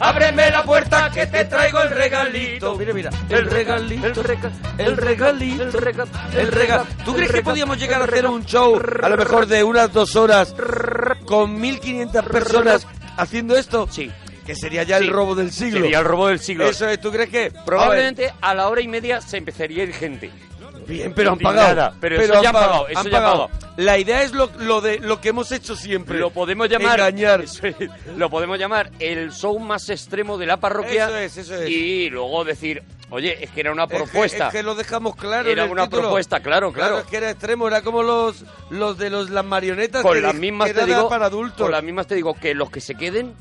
Ábreme la puerta que te traigo el regalito. Mira, mira. El regalito, el regalito, el regalito, el regalito. El rega. ¿Tú crees que podíamos llegar a hacer un show a lo mejor de unas dos horas con 1.500 personas haciendo esto? Sí. Que sería ya el Sí. robo del siglo. Sería el robot del siglo. Eso es, ¿tú crees que? Probablemente a la hora y media se empezaría a ir gente. Bien, pero han Indignada, pagado. pero eso ya han pagado, eso ya han La idea es lo, lo de, lo que hemos hecho siempre. Lo podemos llamar. Engañar. Eso es, lo podemos llamar el show más extremo de la parroquia. Eso es, eso es. Y luego decir, oye, es que era una Es que- propuesta. Es que, lo dejamos claro. Era en el una título. propuesta, claro, claro. es que era extremo, era como los, los de los, las marionetas. con que las de- mismas que te era digo para adultos. con las mismas te digo que los que se queden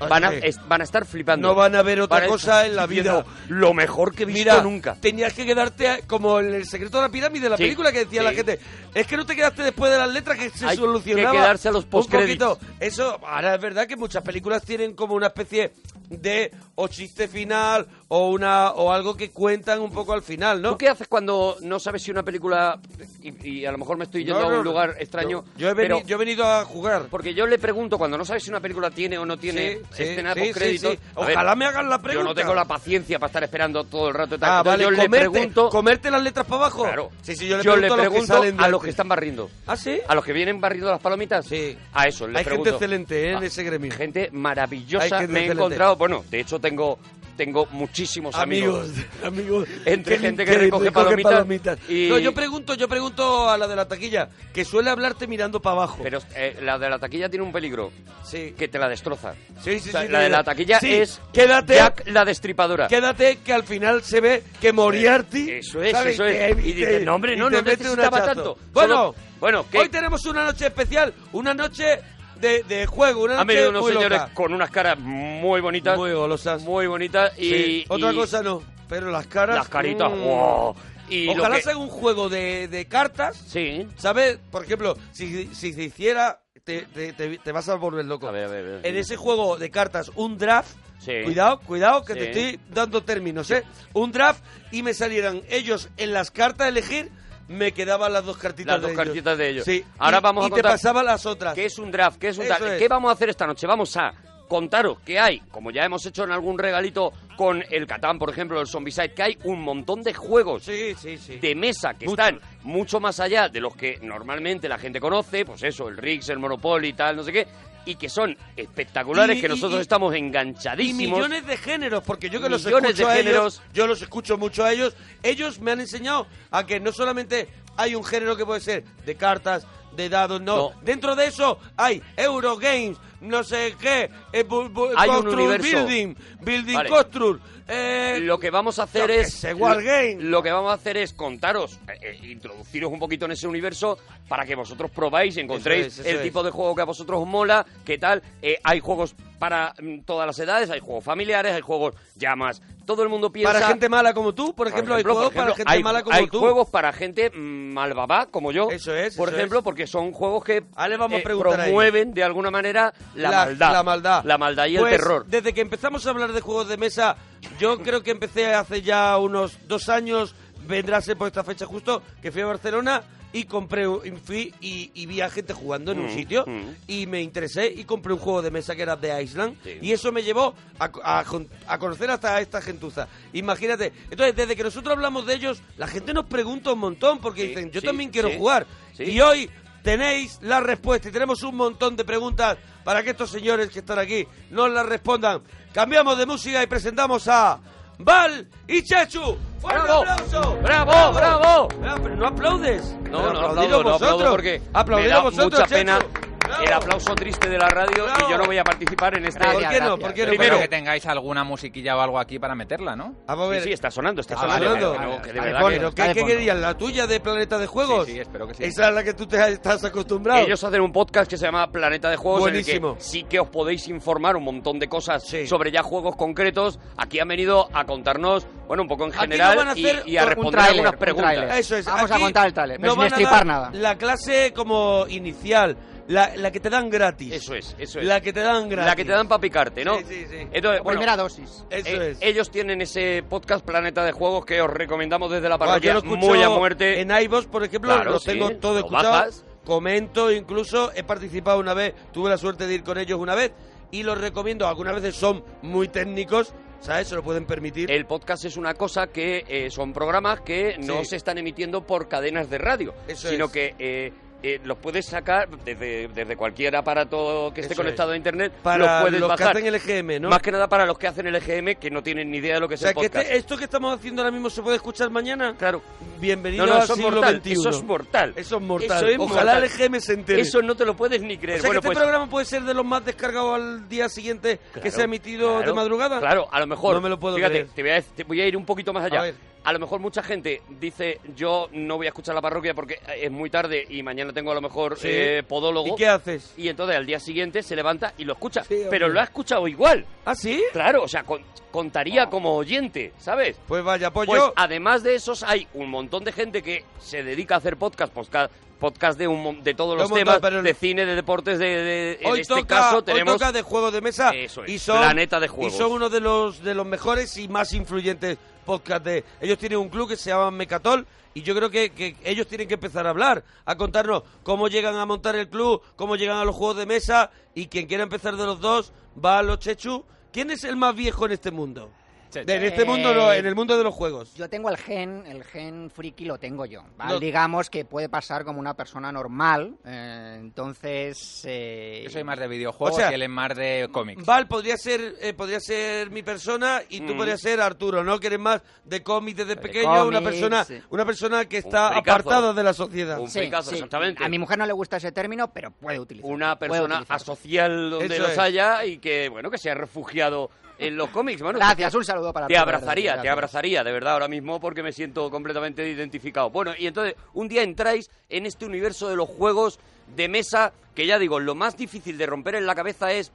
Ay, van a, sí. es- van a estar flipando No van a ver otra Van cosa en la vida. diciendo, lo mejor que he visto Mira, nunca tenías que quedarte a- como en el secreto de la pirámide, la Sí, película que decía sí. la gente. Es que no te quedaste después de las letras que se Hay que solucionaba. quedarse a los un postcréditos. poquito. Eso, ahora es verdad que muchas películas tienen como una especie de o chiste final o una o algo que cuentan un poco al final, ¿no? ¿Tú qué haces cuando no sabes si una película y, y a lo mejor me estoy yendo No, a no, un lugar no. extraño? Yo he, veni- pero- yo he venido a jugar. porque yo le pregunto cuando no sabes si una película tiene o no tiene este Sí, sí, escena sí, de postcréditos. sí, sí. A ver, Ojalá me hagan la pregunta. Yo no tengo la paciencia para estar esperando todo el rato. y tal. Ah, Entonces vale, yo le comerte, pregunto. comerte las letras para abajo. Claro. Sí, sí, yo le Yo pregunto, a los que, salen de a los que antes. están barriendo. ¿Ah, sí? A los que vienen barriendo las palomitas. Sí. A eso, le Hay gente pregunto. excelente, ¿eh? en Ah, ese gremio. Gente Hay maravillosa. gente me he excelente. encontrado. Bueno, de hecho tengo, tengo muchísimos amigos. amigos, amigos. Entre gente que recoge palomitas y- No, yo pregunto, yo pregunto a la de la taquilla, que suele hablarte mirando para abajo. Pero eh, la de la taquilla tiene un peligro. sí. Que te la destroza. sí, sí, O sea, sí, la de digo, la taquilla sí, es Quédate, Jack la destripadora. Eh, quédate, que al final se ve que Moriarty. Eso es, ¿sabes? eso es. Te- Y te- dices, no, hombre, y no, te no mete un necesitaba hachazo. tanto. Bueno, Solo- bueno, ¿qué? hoy tenemos una noche especial, una noche de, de juego, una Han noche venido unos muy señores loca. con unas caras muy bonitas. Muy golosas. muy bonitas. Y, Sí. Otra y cosa no, pero las caras. Las caritas. mm. ¡guau! Y lo Ojalá que- sea un juego de, de cartas, Sí. ¿sabes? Por ejemplo, si, si se hiciera, te, te- te- te vas a volver loco. A ver, a ver, a ver. En ese juego de cartas, un draft. Sí. Cuidado, cuidado, que Sí. te estoy dando términos, ¿eh? Un draft y me salieran ellos en las cartas a elegir, me quedaban las dos cartitas Las dos de ellos. cartitas de ellos. Sí. Ahora Y- vamos a y contar- te pasaban las otras. ¿Qué es un draft? ¿Qué es un Eso draft? es. ¿Qué vamos a hacer esta noche? Vamos a contaros que hay, como ya hemos hecho en algún regalito con el Catán, por ejemplo, el Zombicide, que hay un montón de juegos Sí, sí, sí. de mesa que Mucho. están mucho más allá de los que normalmente la gente conoce, pues eso, el Rix, el Monopoly y tal, no sé qué, y que son espectaculares, Y- que y- nosotros y- estamos Y enganchadísimos. millones de géneros, porque yo que los Millones escucho de a géneros. ellos, yo los escucho mucho a ellos, ellos me han enseñado a que no solamente hay un género que puede ser de cartas, de dados, no. No. Dentro de eso hay Eurogames, no sé qué, eh, bu- bu- Hay un Construct universo. Building, Building Vale. Construct, eh, lo que vamos a yo hacer qué es sé, Wargame. lo, lo que vamos a hacer es contaros eh, eh, introduciros un poquito en ese universo para que vosotros probáis y encontréis Eso es, eso el es. tipo de juego que a vosotros os mola qué tal Eh, hay juegos para mm, todas las edades hay juegos familiares hay juegos ya más todo el mundo piensa para gente mala como tú, por ejemplo, hay por juegos para ejemplo, gente hay- mala como hay tú. juegos para gente mm, malvavá como yo. Eso es, Por eso ejemplo, es. porque son juegos que eh, Ahora le vamos a preguntar a promueven de alguna manera la, maldad. La maldad. La maldad y Pues, el terror. Desde que empezamos a hablar de juegos de mesa, yo creo que empecé hace ya unos dos años, vendrá a ser por esta fecha justo, que fui a Barcelona y compré, un- y fui y, y vi a gente jugando en un Mm, sitio mm. y me interesé y compré un juego de mesa que era de Island Sí. y eso me llevó a, co- a con- a conocer hasta a esta gentuza. Imagínate. Entonces, desde que nosotros hablamos de ellos, la gente nos pregunta un montón porque Sí, dicen, yo sí, también quiero sí, jugar. sí. Y hoy tenéis la respuesta y tenemos un montón de preguntas para que estos señores que están aquí nos las respondan. Cambiamos de música y presentamos a Val y Chechu. ¡Fuerte ¡Bravo! aplauso! ¡Bravo, bravo! Bravo, pero no aplaudes. No, Pero no aplaudid aplaudo, no aplaudo vosotros. porque Aplaudid me da vosotros, mucha Chechu. pena Bravo. el aplauso triste de la radio Bravo. y yo no voy a participar en este... ¿Por qué no? ¿Por gracias. qué no? Yo espero Primero. que tengáis alguna musiquilla o algo aquí para meterla, ¿no? Vamos a Sí, ver. sí, está sonando, está Ah, sonando. vale, pero vale, no, vale. que de Vale, verdad Bueno, que ¿qué, está de qué fondo. querías? ¿La tuya de Planeta de Juegos? Sí, sí, espero que sí. Esa es la que tú te estás acostumbrado. Ellos hacen un podcast que se llama Planeta de Juegos. En el Buenísimo. que sí que os podéis informar un montón de cosas Sí. sobre ya juegos concretos. Aquí han venido a contarnos, bueno, un poco en Aquí nos general van a y- hacer y, a un responder tráiler, algunas un preguntas. tráiler. Eso es. Vamos a aquí contar el tráiler, pero sin van a destripar dar nada. La clase como inicial, la, la que te dan gratis. Eso es, eso es. La que te dan gratis. La que te dan para picarte, ¿no? Sí, sí, sí. Entonces, bueno, Primera dosis. Eso eh, es. Ellos tienen ese podcast Planeta de Juegos que os recomendamos desde la Bueno, parroquia yo lo escucho muy a muerte. En iVoox, por ejemplo, Claro, lo sí, tengo todo lo escuchado. bajas. comento, incluso he participado una vez, tuve la suerte de ir con ellos una vez y los recomiendo. Algunas veces son muy técnicos, ¿sabes? Se lo pueden permitir. El podcast es una cosa que eh, son programas que no Sí. se están emitiendo por cadenas de radio, Eso sino es. que eh, eh, los puedes sacar desde, desde cualquier aparato que esté Eso conectado es. a internet, Para los puedes los bajar. que hacen el EGM, ¿no? Más que nada para los que hacen el EGM que no tienen ni idea de lo o que es sea, el que podcast. este- esto que estamos haciendo ahora mismo se puede escuchar mañana. Claro. Bienvenido No, no, al eso es siglo mortal. XXI. Eso es mortal. Eso es mortal. Eso es Ojalá mortal. el EGM se entere. Eso no te lo puedes ni creer. O sea, bueno, que este pues, programa puede ser de los más descargados al día siguiente que Claro, se ha emitido de claro, madrugada. Claro, a lo mejor. No me lo puedo fíjate, creer. Te, voy a, dec- te voy a ir un poquito más allá. A A, ver. lo mejor mucha gente dice, yo no voy a escuchar la parroquia porque eh, es muy tarde y mañana tengo a lo mejor Sí. eh, podólogo. ¿Y qué haces? Y entonces al día siguiente se levanta y lo escucha. Sí, hombre. pero lo ha escuchado igual. ¿Ah, sí? Claro, o sea, con- contaría como oyente, ¿sabes? Pues vaya, pues, Pues yo... además de esos hay un montón de gente que se dedica a hacer podcast, podcast, podcast de, un, mon- de todos Un los montón, temas, pero- de cine, de deportes, de, de- en Hoy, este toca, caso hoy tenemos... toca de juegos de mesa Eso es, y son, Planeta de Juegos. Y son uno de los, de los mejores y más influyentes podcasts de... Ellos tienen un club que se llama Mecatol y yo creo que, que ellos tienen que empezar a hablar, a contarnos cómo llegan a montar el club, cómo llegan a los juegos de mesa y quien quiera empezar de los dos va a los Chechu. ¿Quién es el más viejo en este mundo? Che, De- en che. este mundo, no, en el mundo de los juegos. Yo tengo el gen, el gen friki lo tengo yo. ¿vale? No. Digamos que puede pasar como una persona normal. eh, entonces. eh, Yo soy más de videojuegos O sea, y él es más de cómics. Val podría ser, eh, podría ser mi persona y tú Mm. podrías ser Arturo, ¿no? Que eres más de cómic desde pequeño, una cómics, persona, sí. una persona que está fricazo. apartada de la sociedad. Un- fricazo, exactamente. A mi mujer no le gusta ese término, pero puede utilizarlo. una puede persona utilizarlo. asocial donde Eso los es. haya y que, bueno, que se ha refugiado en los cómics. Bueno, Gracias, un saludo para Te todos, abrazaría, te gracias. abrazaría, de verdad, ahora mismo, porque me siento completamente identificado. Bueno, y entonces, un día entráis en este universo de los juegos de mesa, que ya digo, lo más difícil de romper en la cabeza es,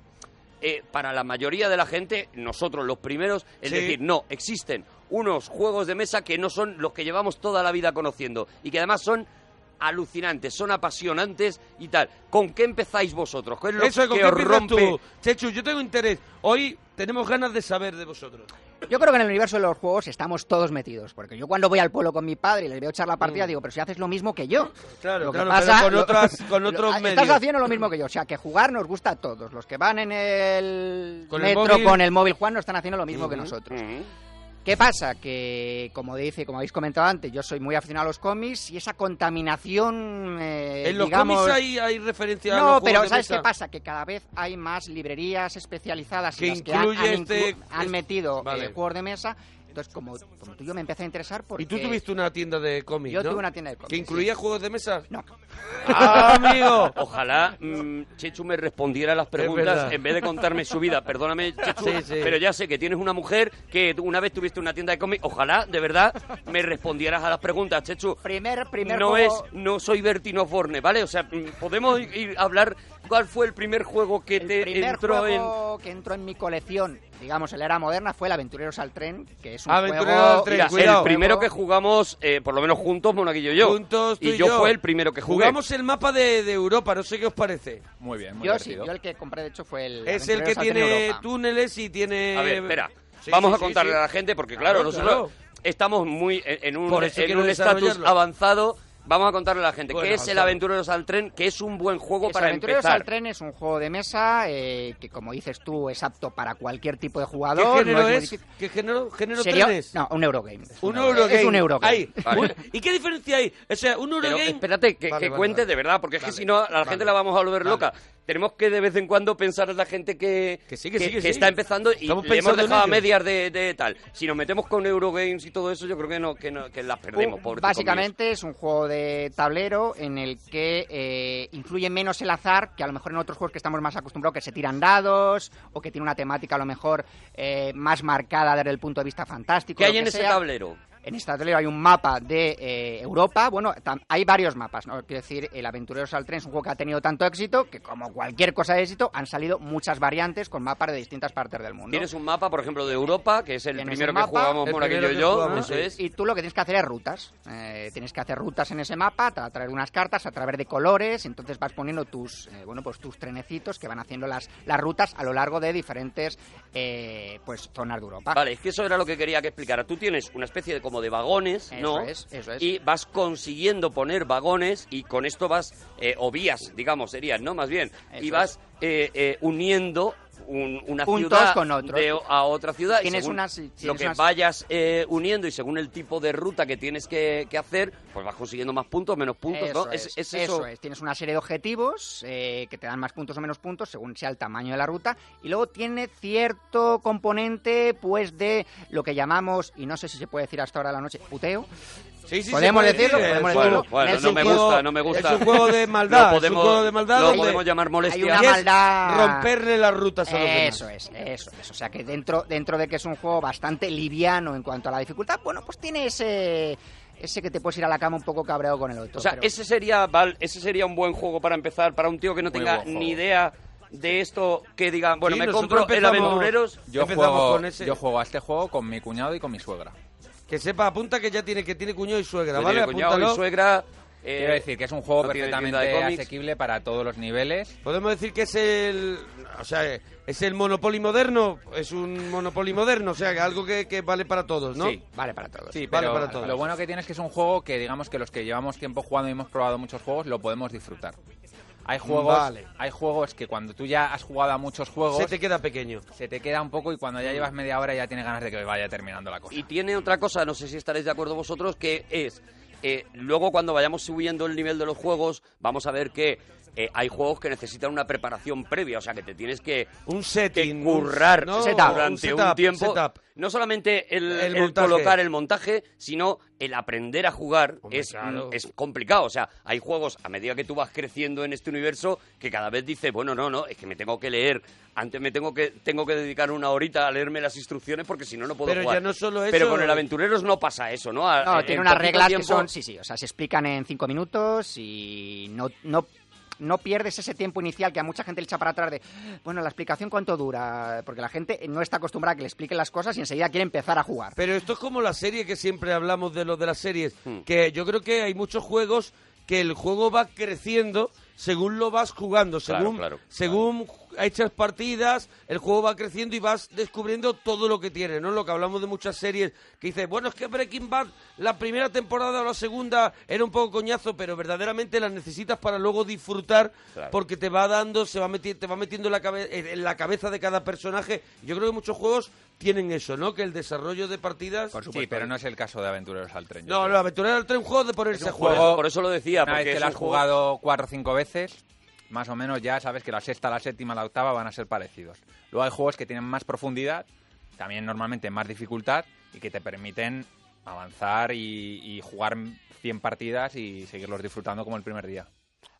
eh, para la mayoría de la gente, nosotros los primeros, es Sí. decir, no, existen unos juegos de mesa que no son los que llevamos toda la vida conociendo y que además son alucinantes, son apasionantes y tal. ¿Con qué empezáis vosotros? ¿Qué es lo Eso es con que qué os empiezas rompe? tú? Chechu, yo tengo interés. Hoy tenemos ganas de saber de vosotros. Yo creo que en el universo de los juegos estamos todos metidos. Porque yo cuando voy al pueblo con mi padre y les veo echar la partida, digo, pero si haces lo mismo que yo. Mm. Claro, Lo que claro, pasa- pero con lo- otras- con lo- otros medios. Estás haciendo lo mismo que yo. O sea, que jugar nos gusta a todos. Los que van en el Con el metro móvil. con el móvil Juan no están haciendo lo mismo que Ujú. nosotros. Mm. ¿Qué pasa? Que, como dice, como habéis comentado antes, yo soy muy aficionado a los cómics y esa contaminación, eh, en los digamos... cómics hay, hay referencia a los No, juegos pero de ¿sabes qué mesa. pasa? Que cada vez hay más librerías especializadas Que en las que han, incluye han este- inclu- han este- metido Vale. eh, juegos de mesa. Entonces, como, como tú yo me empecé a interesar porque... Y tú tuviste una tienda de cómics, Yo ¿no? tuve una tienda de cómics, ¿Que sí. incluía juegos de mesa? No. ¡Ah, amigo! Ojalá mm, Chechu me respondiera a las verdad. preguntas en vez de contarme su vida. Perdóname, Chechu, Sí, sí. pero ya sé que tienes una mujer que tú una vez tuviste una tienda de cómics. Ojalá, de verdad, me respondieras a las preguntas, Chechu. Primer, primer no juego- es, no soy Bertino Forne, ¿vale? O sea, mm, podemos ir- ir a hablar cuál fue el primer juego que El te primer entró en. juego que entró en mi colección, digamos, en la era moderna, fue el Aventureros al Tren, que es un Aventureros juego... al Tren, Mira, cuidado. el primero que jugamos, eh, por lo menos juntos, Monaguillo y yo. Juntos, tú y, y yo, fue el primero que jugué. Jugamos el mapa de, de Europa, no sé qué os parece. Muy bien, muy Yo sí, divertido. yo el que compré, de hecho, fue el Es el que Aventureros al Tren tiene Europa. túneles y tiene... A ver, espera. Sí, Vamos sí, a sí, contarle sí. a la gente porque, Claro, claro, nosotros claro. estamos muy en en un Por eso en quiero un estatus desarrollarlo. avanzado. Vamos a contarle a la gente Bueno, qué es el avanzado. Aventureros al Tren, que es un buen juego Es para Aventureros empezar. al Tren es un juego de mesa eh, que, como dices tú, es apto para cualquier tipo de ¿Qué jugador. género no es muy es? difícil. ¿Qué género, género Sería- trenes? No, un Eurogame. Es Un Eurogame. Eurogame. Es un Eurogame. Ahí. Vale. Un- ¿Y qué diferencia hay? O sea, un Pero Eurogame... espérate, que, Vale, que vale, cuente vale. de verdad, porque es Vale, que si no, a la vale. gente la vamos a volver Vale. loca. Tenemos que de vez en cuando pensar a la gente que, Que sí, que sí, que sí. está empezando y Estamos le hemos pensando en dejado a ello. medias de, de tal. Si nos metemos con Eurogames y todo eso, yo creo que no, que, no- que las perdemos. pobrecitos míos. Básicamente es un juego de tablero en el que eh, influye menos el azar que a lo mejor en otros juegos que estamos más acostumbrados, que se tiran dados o que tiene una temática a lo mejor eh, más marcada desde el punto de vista fantástico. ¿Qué lo hay en que ese sea. tablero? En este tablero hay un mapa de eh, Europa. Bueno, tam- hay varios mapas, ¿no? Quiero decir, el Aventureros al Tren es un juego que ha tenido tanto éxito que, como cualquier cosa de éxito, han salido muchas variantes con mapas de distintas partes del mundo. Tienes un mapa, por ejemplo, de Europa, que es el Tienes primero el que mapa, jugamos el Monaguillo primero y que yo. jugamos, eso sí. es. Y tú lo que tienes que hacer es rutas. Eh, tienes que hacer rutas en ese mapa, tra- traer unas cartas a través de colores, entonces vas poniendo tus, eh, bueno, pues tus trenecitos que van haciendo las, las rutas a lo largo de diferentes eh, pues zonas de Europa. Vale, es que eso era lo que quería que explicara. Tú tienes una especie de como como de vagones, Eso ¿no? es, eso es. Y vas consiguiendo poner vagones y con esto vas, eh, o vías, digamos, serían, ¿no? Más bien. Eso y vas eh, eh, uniendo un- una Puntos ciudad con otros. de- a otra ciudad. y Tienes según una- sí, lo tienes que una- vayas eh, uniendo y según el tipo de ruta que tienes que, que hacer, pues vas consiguiendo más puntos, menos puntos, eso ¿no? Es, eso es. Tienes una serie de objetivos eh, que te dan más puntos o menos puntos según sea el tamaño de la ruta. Y luego tiene cierto componente, pues, de lo que llamamos, y no sé si se puede decir hasta ahora de la noche, puteo. Sí, sí, Podemos se puede decirlo, decir, podemos es- decirlo. Bueno, bueno, Es no un me juego- gusta, no me gusta. Es un juego de maldad, Lo es un podemos- juego de maldad. Lo donde- podemos llamar Hay molestia. una Y es maldad. Romperle las rutas a los demás. Eso es, eso es. O sea que dentro, dentro de que es un juego bastante liviano en cuanto a la dificultad, bueno, pues tiene ese, ese que te puedes ir a la cama un poco cabreado con el otro. O sea, pero- ese sería, Val, ese sería un buen juego para empezar, para un tío que no Muy tenga buen juego. ni idea de esto, que diga, bueno, Sí, me nosotros compro el empezamos- Aventureros. Yo Empezamos juego, con ese. yo juego a este juego con mi cuñado y con mi suegra. Que sepa, apunta que ya tiene, que tiene cuñado y suegra, Tiene ¿vale? cuñado y Apúntalo. suegra. eh, Quiero decir que es un juego no tiene tienda de perfectamente cómics. asequible para todos los niveles. Podemos decir que es el. O sea, eh, es el Monopoly moderno. Es un Monopoly moderno, o sea, que algo que, que vale para todos, ¿no? Sí. Vale para todos. Sí, Vale pero para todos. lo bueno que tiene es que es un juego que digamos que los que llevamos tiempo jugando y hemos probado muchos juegos lo podemos disfrutar. Hay juegos, Vale. hay juegos que cuando tú ya has jugado a muchos juegos Se te queda pequeño. queda un poco y cuando ya llevas media hora ya tienes ganas de que vaya terminando la cosa. Y tiene otra cosa, no sé si estaréis de acuerdo vosotros, que es, eh, luego cuando vayamos subiendo el nivel de los juegos, vamos a ver que eh, hay juegos que necesitan una preparación previa, o sea, que te tienes que... Un que setting. un- currar no, setup. durante un, setup, tiempo. setup. No solamente el, El el montaje. colocar el montaje, sino el aprender a jugar es, claro. es complicado. O sea, hay juegos a medida que tú vas creciendo en este universo que cada vez dices, bueno, no, no, es que me tengo que leer. Antes me tengo que, tengo que dedicar una horita a leerme las instrucciones porque si no, no puedo Pero jugar. ya no solo Pero eso. con el Aventureros no pasa eso, ¿no? A- No, eh, en tiene unas poquito reglas que tiempo- son, sí, sí, o sea, se explican en cinco minutos y no, no, no pierdes ese tiempo inicial que a mucha gente le echa para atrás de, bueno, la explicación cuánto dura, porque la gente no está acostumbrada a que le expliquen las cosas y enseguida quiere empezar a jugar. Pero esto es como la serie que siempre hablamos de lo de las series, Hmm. que yo creo que hay muchos juegos que el juego va creciendo según lo vas jugando, Claro, según claro, según hechas partidas, el juego va creciendo y vas descubriendo todo lo que tiene, ¿no? Lo que hablamos de muchas series que dices, bueno, es que Breaking Bad la primera temporada o la segunda era un poco coñazo, pero verdaderamente las necesitas para luego disfrutar Claro. porque te va dando, se va meti- te va metiendo en la, cabe- eh, en en la cabeza de cada personaje. Yo creo que muchos juegos tienen eso, ¿no? Que el desarrollo de partidas Sí, pero no es el caso de Aventureros al Tren. yo no, creo. no, Aventurero del Tren, un juego de ponerse a un Por jugar. juego- eso, por eso lo decía, Una porque vez que es la un has juego- jugado cuatro o cinco veces, más o menos ya sabes que la sexta, la séptima, la octava van a ser parecidos. Luego hay juegos que tienen más profundidad, también normalmente más dificultad y que te permiten avanzar y, y jugar 100 partidas y seguirlos disfrutando como el primer día.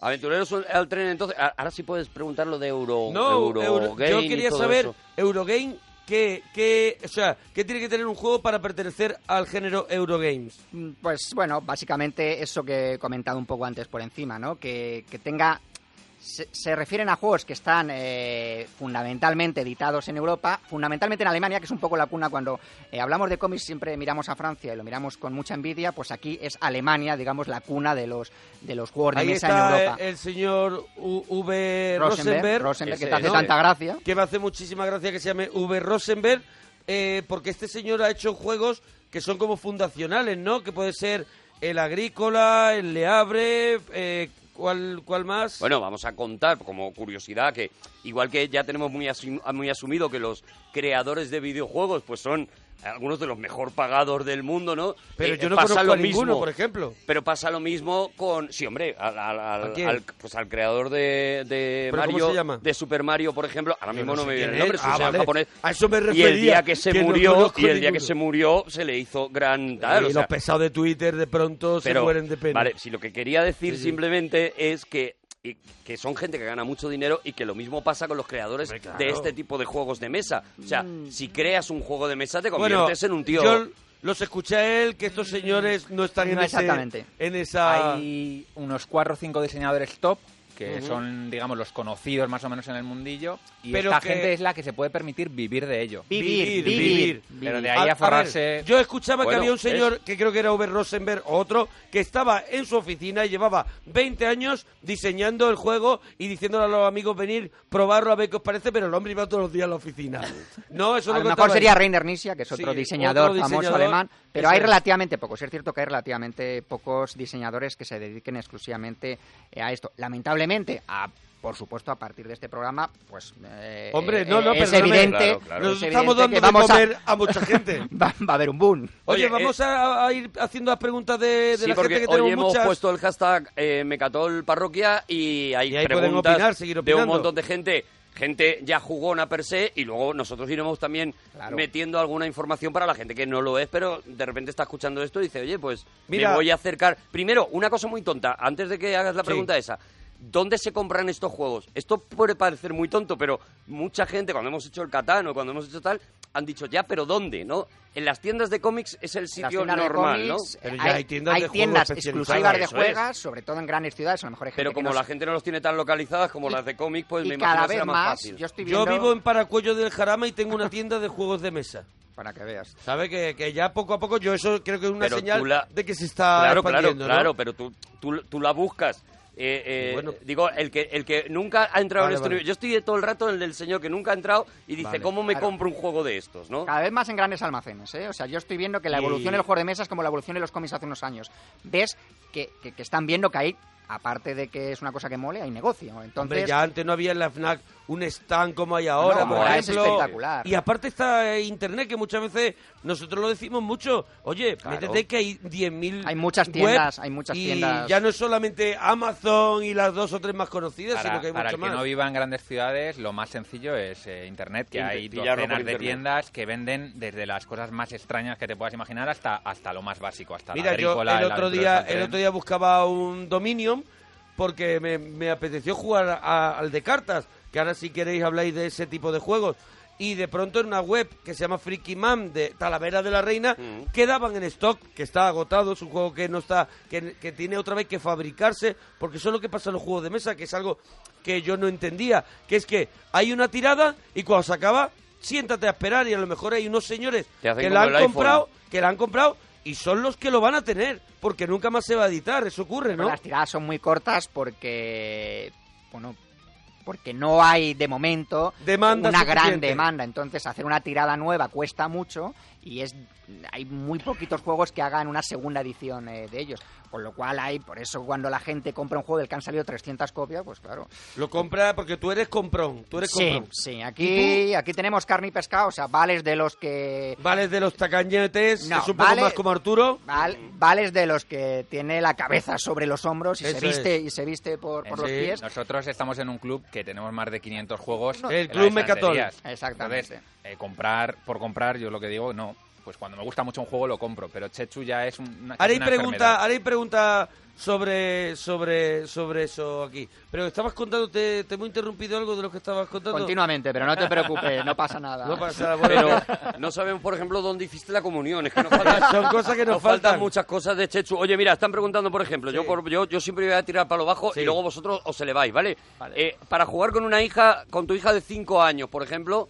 Aventureros al tren, entonces. a- Ahora sí puedes preguntar lo de Euro. No, Euro- Eurogame yo y quería todo saber, eso. Eurogame, ¿qué, qué, o sea, ¿qué tiene que tener un juego para pertenecer al género Eurogames? Mm, Pues bueno, básicamente eso que he comentado un poco antes por encima, ¿no? Que, que tenga... Se, se refieren a juegos que están eh, fundamentalmente editados en Europa, fundamentalmente en Alemania, que es un poco la cuna cuando eh, hablamos de cómics siempre miramos a Francia y lo miramos con mucha envidia, pues aquí es Alemania, digamos, la cuna de los, de los juegos de Ahí está mesa en eh, Europa. el, señor U- V. Rosenberg, Rosenberg, Rosenberg, que ese, te hace ese. tanta gracia. que me hace muchísima gracia que se llame V. Rosenberg, eh, porque este señor ha hecho juegos que son como fundacionales, ¿no? Que puede ser el Agrícola, el Le Abre, eh, ¿cuál, ¿cuál más? Bueno, vamos a contar como curiosidad que igual que ya tenemos muy, asum- muy asumido que los creadores de videojuegos pues son algunos de los mejor pagados del mundo, ¿no? Pero Eh, yo no pasa conozco lo a ninguno, mismo. por ejemplo. Pero pasa lo mismo con... Sí, hombre, al, al- al- ¿A quién? al- pues al creador de, de ¿Pero cómo Mario, se llama? de Super Mario, por ejemplo. Ahora mismo no, sé me quién viene el es. nombre, Ah, Susan vale. japonés. A eso me Y el día refería, que se que no murió, conozco y el día que ninguno. Eh, se murió, se le hizo gran tal. y o sea, los pesados de Twitter de pronto se mueren de pena. Vale, si lo que quería decir simplemente es que, y- que son gente que gana mucho dinero y que lo mismo pasa con los creadores Hombre, claro. de este tipo de juegos de mesa. O sea, si creas un juego de mesa te Bueno, conviertes en un tío... yo los escuché a él, que estos señores no están No en, ese- exactamente. en esa... Hay unos cuatro o cinco diseñadores top que son, digamos, los conocidos más o menos en el mundillo, y Pero esta que- gente es la que se puede permitir vivir de ello. Vivir, Vivir, vivir. vivir. Pero de ahí a, ver, forrarse... yo escuchaba Bueno, que había un es- señor, que creo que era Uber Rosenberg o otro, que estaba en su oficina y llevaba 20 años diseñando el juego y diciéndole a los amigos venir, probarlo, a ver qué os parece, pero el hombre iba todos los días a la oficina. No, eso A no lo mejor contaba sería él. Reiner Nisia, que es otro Sí, diseñador otro famoso diseñador, alemán, pero eso hay es. relativamente pocos. Es cierto que hay relativamente pocos diseñadores que se dediquen exclusivamente eh, a esto. Lamentablemente, a- por supuesto, a partir de este programa, pues eh, Hombre, no, no, es perdóname. evidente, Claro, claro. es Nos evidente estamos dando que de vamos a- comer a... mucha gente. va, va a haber un boom. Oye, Oye, vamos a, a ir haciendo las preguntas de, de Sí, la porque gente que hoy tenemos hemos muchas. puesto el hashtag eh, Mecatol Parroquia y hay Y ahí pueden preguntas opinar, seguir de un opinando. montón de gente. Gente ya jugona per se y luego nosotros iremos también Claro. metiendo alguna información para la gente que no lo es, pero de repente está escuchando esto y dice, oye, pues Mira. me voy a acercar. Primero, una cosa muy tonta, antes de que hagas la pregunta esa. ¿Dónde se compran estos juegos? Esto puede parecer muy tonto, pero mucha gente, cuando hemos hecho el Catán o cuando hemos hecho tal, han dicho, ya, pero ¿dónde? ¿No? En las tiendas de cómics es el Las sitio tiendas de normal, ¿no? cómics, Pero eh, ya hay tiendas de juegos tiendas especializadas, exclusivas de eso es. juegas, sobre todo en grandes ciudades, a lo mejor hay gente Pero que como no la se- gente no los tiene tan localizadas como las de cómics, pues me y imagino cada que será vez más, más, fácil. yo estoy Yo viendo vivo en Paracuello del Jarama y tengo una tienda de juegos de mesa. para que veas. ¿Sabe? Que, que ya poco a poco yo eso creo que es una Pero tú señal la- de que se está claro, claro, expandiendo, ¿no? claro, pero tú, tú, tú la buscas. Eh, eh, Bueno. Digo, el que, el que nunca ha entrado Vale, en este vale. nivel. Yo estoy todo el rato en el del señor que nunca ha entrado y dice, Vale, ¿cómo me claro. compro un juego de estos? ¿no? Cada vez más en grandes almacenes, ¿eh? O sea, yo estoy viendo que la Y- evolución del juego de mesa es como la evolución de los cómics hace unos años. Ves que, que- que están viendo que ahí, aparte de que es una cosa que mole, hay negocio. Hombre, Entonces, ya antes no había en la FNAC un stand como hay ahora, No, por ahora es ejemplo. espectacular. Y aparte está eh, Internet, que muchas veces nosotros lo decimos mucho. Oye, Claro. métete que hay 10.000 Hay muchas web tiendas, hay muchas y tiendas. ya no es solamente Amazon y las dos o tres más conocidas, Para, sino que hay para mucho el que más. no viva en grandes ciudades, lo más sencillo es eh, Internet, que Inter- hay pillarlo por docenas de Internet. tiendas que venden desde las cosas más extrañas que te puedas imaginar hasta, hasta lo más básico, hasta la Mira, yo agrícola, el la otro, aventura día, del tren. el otro día buscaba un Dominion porque me, me apeteció jugar a- al de cartas, que ahora si queréis habláis de ese tipo de juegos. Y de pronto en una web que se llama Freaky Man de Talavera de la Reina Mm. quedaban en stock, que está agotado, es un juego que no está, que, que tiene otra vez que fabricarse, porque eso es lo que pasa en los juegos de mesa, que es algo que yo no entendía, que es que hay una tirada y cuando se acaba, siéntate a esperar y a lo mejor hay unos señores Te hacen que como la el han iPhone. comprado que la han comprado y son los que lo van a tener, porque nunca más se va a editar, eso ocurre, Pero ¿no? pues Las tiradas son muy cortas porque. Bueno. Porque no hay de momento Demanda una gran suficiente. demanda. Entonces, hacer una tirada nueva cuesta mucho y es hay muy poquitos juegos que hagan una segunda edición eh, de ellos. Con lo cual, hay, por eso cuando la gente compra un juego del que han salido 300 copias, pues claro. Lo compra porque tú eres comprón, tú eres Sí, comprón. sí, aquí, aquí tenemos carne y pescado, o sea, vales de los que. Vales de los tacañetes, No, es un vale- poco más como Arturo. val- vales de los que tiene la cabeza sobre los hombros y se Eso Eh, viste, y se viste por, por En los sí, pies. Nosotros estamos en un club que tenemos más de 500 El juegos. en las Club estanterías. Mecatol. Exactamente. Entonces, eh, comprar, por comprar, yo lo que digo, no. Pues cuando me gusta mucho un juego lo compro, pero Chechu ya es un- una. Ahora hay una pregunta, enfermedad. ahora hay pregunta sobre, sobre, sobre eso aquí. Pero estabas contando, te, te hemos interrumpido algo de lo que estabas contando. Continuamente, pero no te preocupes, no pasa nada. No pasa nada, Pero bueno. no sabemos, por ejemplo, dónde hiciste la comunión. Es que nos faltan, Son cosas que nos faltan. muchas cosas de Chechu. Oye, mira, están preguntando, por ejemplo, yo, por- yo, yo siempre voy a tirar para lo bajo Sí. y luego vosotros os eleváis, ¿vale? Eh, para jugar con una hija, con tu hija de 5 años, por ejemplo,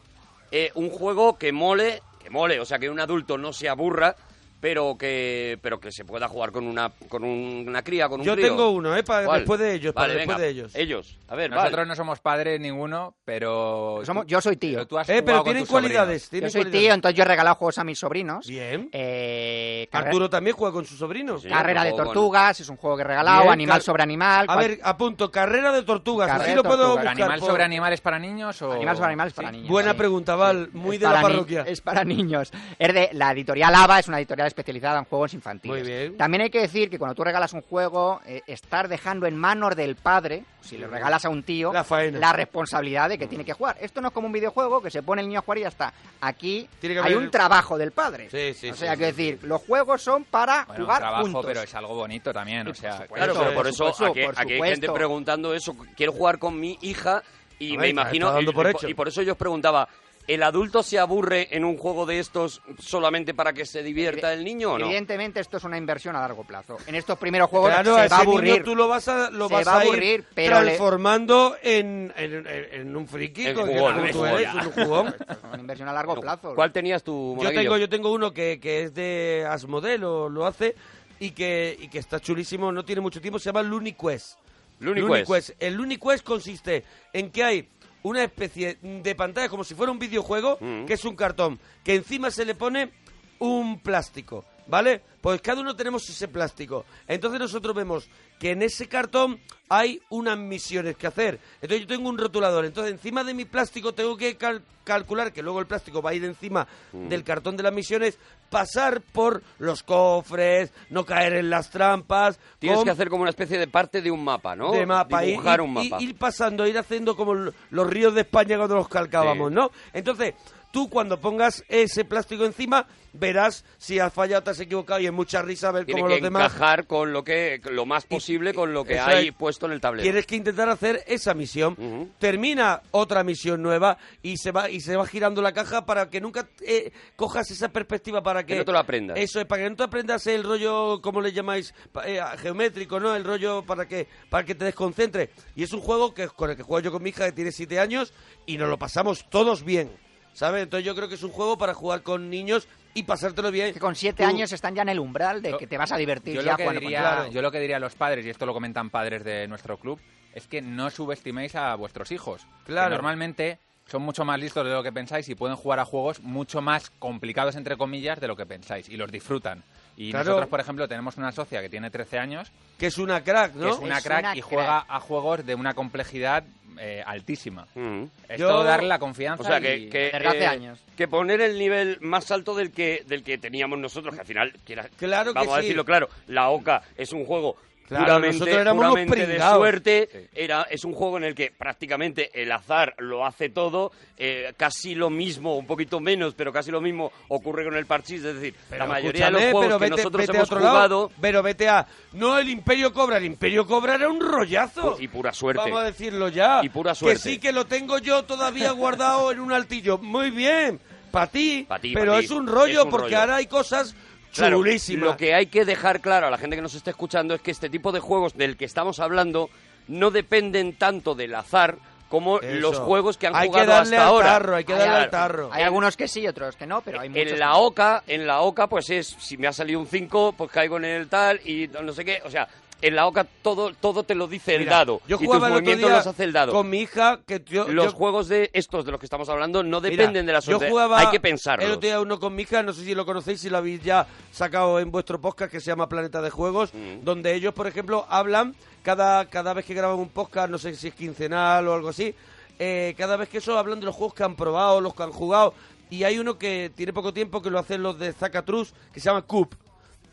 eh, un juego que mole, que mole, o sea, que un adulto no se aburra, pero que, pero que se pueda jugar con una, con un- una cría, con un Yo crío. tengo uno, ¿eh? Para ¿Cuál? después de ellos, para Vale, después venga, de ellos. Ellos, a ver, Nosotros vale. no somos padres ninguno, pero. Pues Somos- tú- yo soy tío. pero tú has Eh, pero jugado con tienen tus sobrinos. cualidades. Yo Tienen soy tío, cualidades. entonces yo he regalado juegos a mis sobrinos. Bien. Eh, carre- Arturo también juega con su sobrino. Sí, señor, Carrera un de juego con- tortugas, es un juego que he regalado, Bien, animal car- sobre animal. A cual- ver, apunto, carrera de tortugas. Carrera Así de lo puedo tortugas. buscar ¿Animal por- sobre animales para niños o.? Animal sobre animales para niños. Buena sí. pregunta, Val. Muy Es de la para ni- parroquia. Es para niños. Es de la editorial ABA, es una editorial especializada en juegos infantiles. Muy bien. También hay que decir que cuando tú regalas un juego, eh, estar dejando en manos del padre, si le regalas a un tío, La faena. responsabilidad de que tiene que jugar. Esto no es como un videojuego que se pone el niño a jugar y ya está. Aquí Tiene que hay haber- un trabajo del padre. Sí, sí, o sí, sea, sí, que decir, los juegos son para Bueno, un jugar trabajo, juntos. pero es algo bonito también, o sea. Claro, Eso pero es, por por eso supuesto, aquí, por aquí hay gente supuesto. preguntando eso. Quiero jugar con mi hija y A ver, me está imagino. dando y, por y hecho. y por eso yo os preguntaba. ¿El adulto se aburre en un juego de estos solamente para que se divierta el niño o no? Evidentemente esto es una inversión a largo plazo. En estos primeros juegos Claro, se a ese va a niño aburrir. tú lo vas a, lo Se vas va a ir aburrir, pero le- transformando en, en- en- en un friki, En con- jugón, como en tú jugón, eres, ya. un jugón. Es Una inversión a largo plazo. ¿Cuál tenías tú, Yo Monaguillo? tengo, yo tengo uno que, que es de Asmodee, lo, lo hace, y que, y que está chulísimo, no tiene mucho tiempo, se llama Looney Quest. Looney Quest. Pues El Looney Quest consiste en que hay una especie de pantalla como si fuera un videojuego, Mm. que es un cartón, que encima se le pone un plástico, ¿vale? Pues cada uno tenemos ese plástico. Entonces nosotros vemos que en ese cartón hay unas misiones que hacer. Entonces yo tengo un rotulador, entonces encima de mi plástico tengo que cal- calcular que luego el plástico va a ir encima Mm. del cartón de las misiones, pasar por los cofres, no caer en las trampas. Tienes con- que hacer como una especie de parte de un mapa, ¿no? de mapa, ir- Dibujar ir, un mapa. ir- ir pasando, ir haciendo como l- los ríos de España cuando los calcábamos, Sí. ¿no? Entonces, tú cuando pongas ese plástico encima, verás si has fallado, te has equivocado y es mucha risa ver Tiene cómo que los demás. encajar con lo que lo más posible con lo que Eso hay es. puesto en el tablero. Tienes que intentar hacer esa misión. Ujú. Termina otra misión nueva y se va y se va girando la caja para que nunca eh, cojas esa perspectiva para que, Que no te lo aprendas. Eso es para que no te aprendas el rollo, ¿cómo le llamáis? Pa- eh, geométrico, ¿no? El rollo para que para que te desconcentres. Y es un juego que con el que juego yo con mi hija que tiene siete años y nos lo pasamos todos bien. ¿Sabes? Entonces yo creo que es un juego para jugar con niños y pasártelo bien. Que con siete Tú- años están ya en el umbral de que te vas a divertir Yo ya pues lo, que cuando diría, claro. yo lo que diría a los padres, y esto lo comentan padres de nuestro club, es que no subestiméis a vuestros hijos. que Claro. Normalmente son mucho más listos de lo que pensáis y pueden jugar a juegos mucho más complicados, entre comillas, de lo que pensáis y los disfrutan. Y Claro. nosotros, por ejemplo, tenemos una socia que tiene 13 años, Que es una crack, ¿no? que es una Es crack una y crack. juega a juegos de una complejidad eh, altísima. Ujú. Es Yo- todo darle la confianza. O sea, que, y- que, eh, Desde hace años. que poner el nivel más alto del que, del que teníamos nosotros, que al final, quiera- Claro que vamos a sí. decirlo claro, la OCA es un juego Claro, puramente, nosotros éramos unos puramente de pringaos. suerte, Sí. era, es un juego en el que prácticamente el azar lo hace todo, eh, casi lo mismo, un poquito menos, pero casi lo mismo ocurre con el parchís, es decir, la mayoría de los Escúchame, pero juegos que vete- nosotros vete a hemos otro lado, jugado... pero vete a. No, el Imperio Cobra. El Imperio Cobra era un rollazo. Pues, Y pura suerte. Vamos a decirlo ya. Y pura suerte. Que sí que lo tengo yo todavía guardado en un altillo. Muy bien. Para ti. Pa' ti, Pero pa' ti. es un rollo Es un porque rollo. ahora hay cosas Claro, chulísimas. Lo que hay que dejar claro a la gente que nos está escuchando es que este tipo de juegos del que estamos hablando no dependen tanto del azar como Eso. los juegos que han Hay que jugado darle hasta al ahora. tarro, hay que darle Claro. al tarro. Hay algunos que sí, otros que no, pero hay muchos. En la OCA, en la OCA, pues es, si me ha salido un 5, pues caigo en el tal y no sé qué. O sea, en la OCA todo, todo te lo dice el Mira, dado. Yo y tus jugaba el otro movimientos día los hace el dado. Con mi hija, que yo, los yo- juegos de estos de los que estamos hablando no Mira, dependen de la suerte. Yo jugaba hay que pensarlo. El otro día uno con mi hija, no sé si lo conocéis, si lo habéis ya sacado en vuestro podcast que se llama Planeta de Juegos, Mm. donde ellos, por ejemplo, hablan cada, cada vez que graban un podcast, no sé si es quincenal o algo así, eh, cada vez que eso hablan de los juegos que han probado, los que han jugado. Y hay uno que tiene poco tiempo que lo hacen los de Zacatrus, que se llama Coop.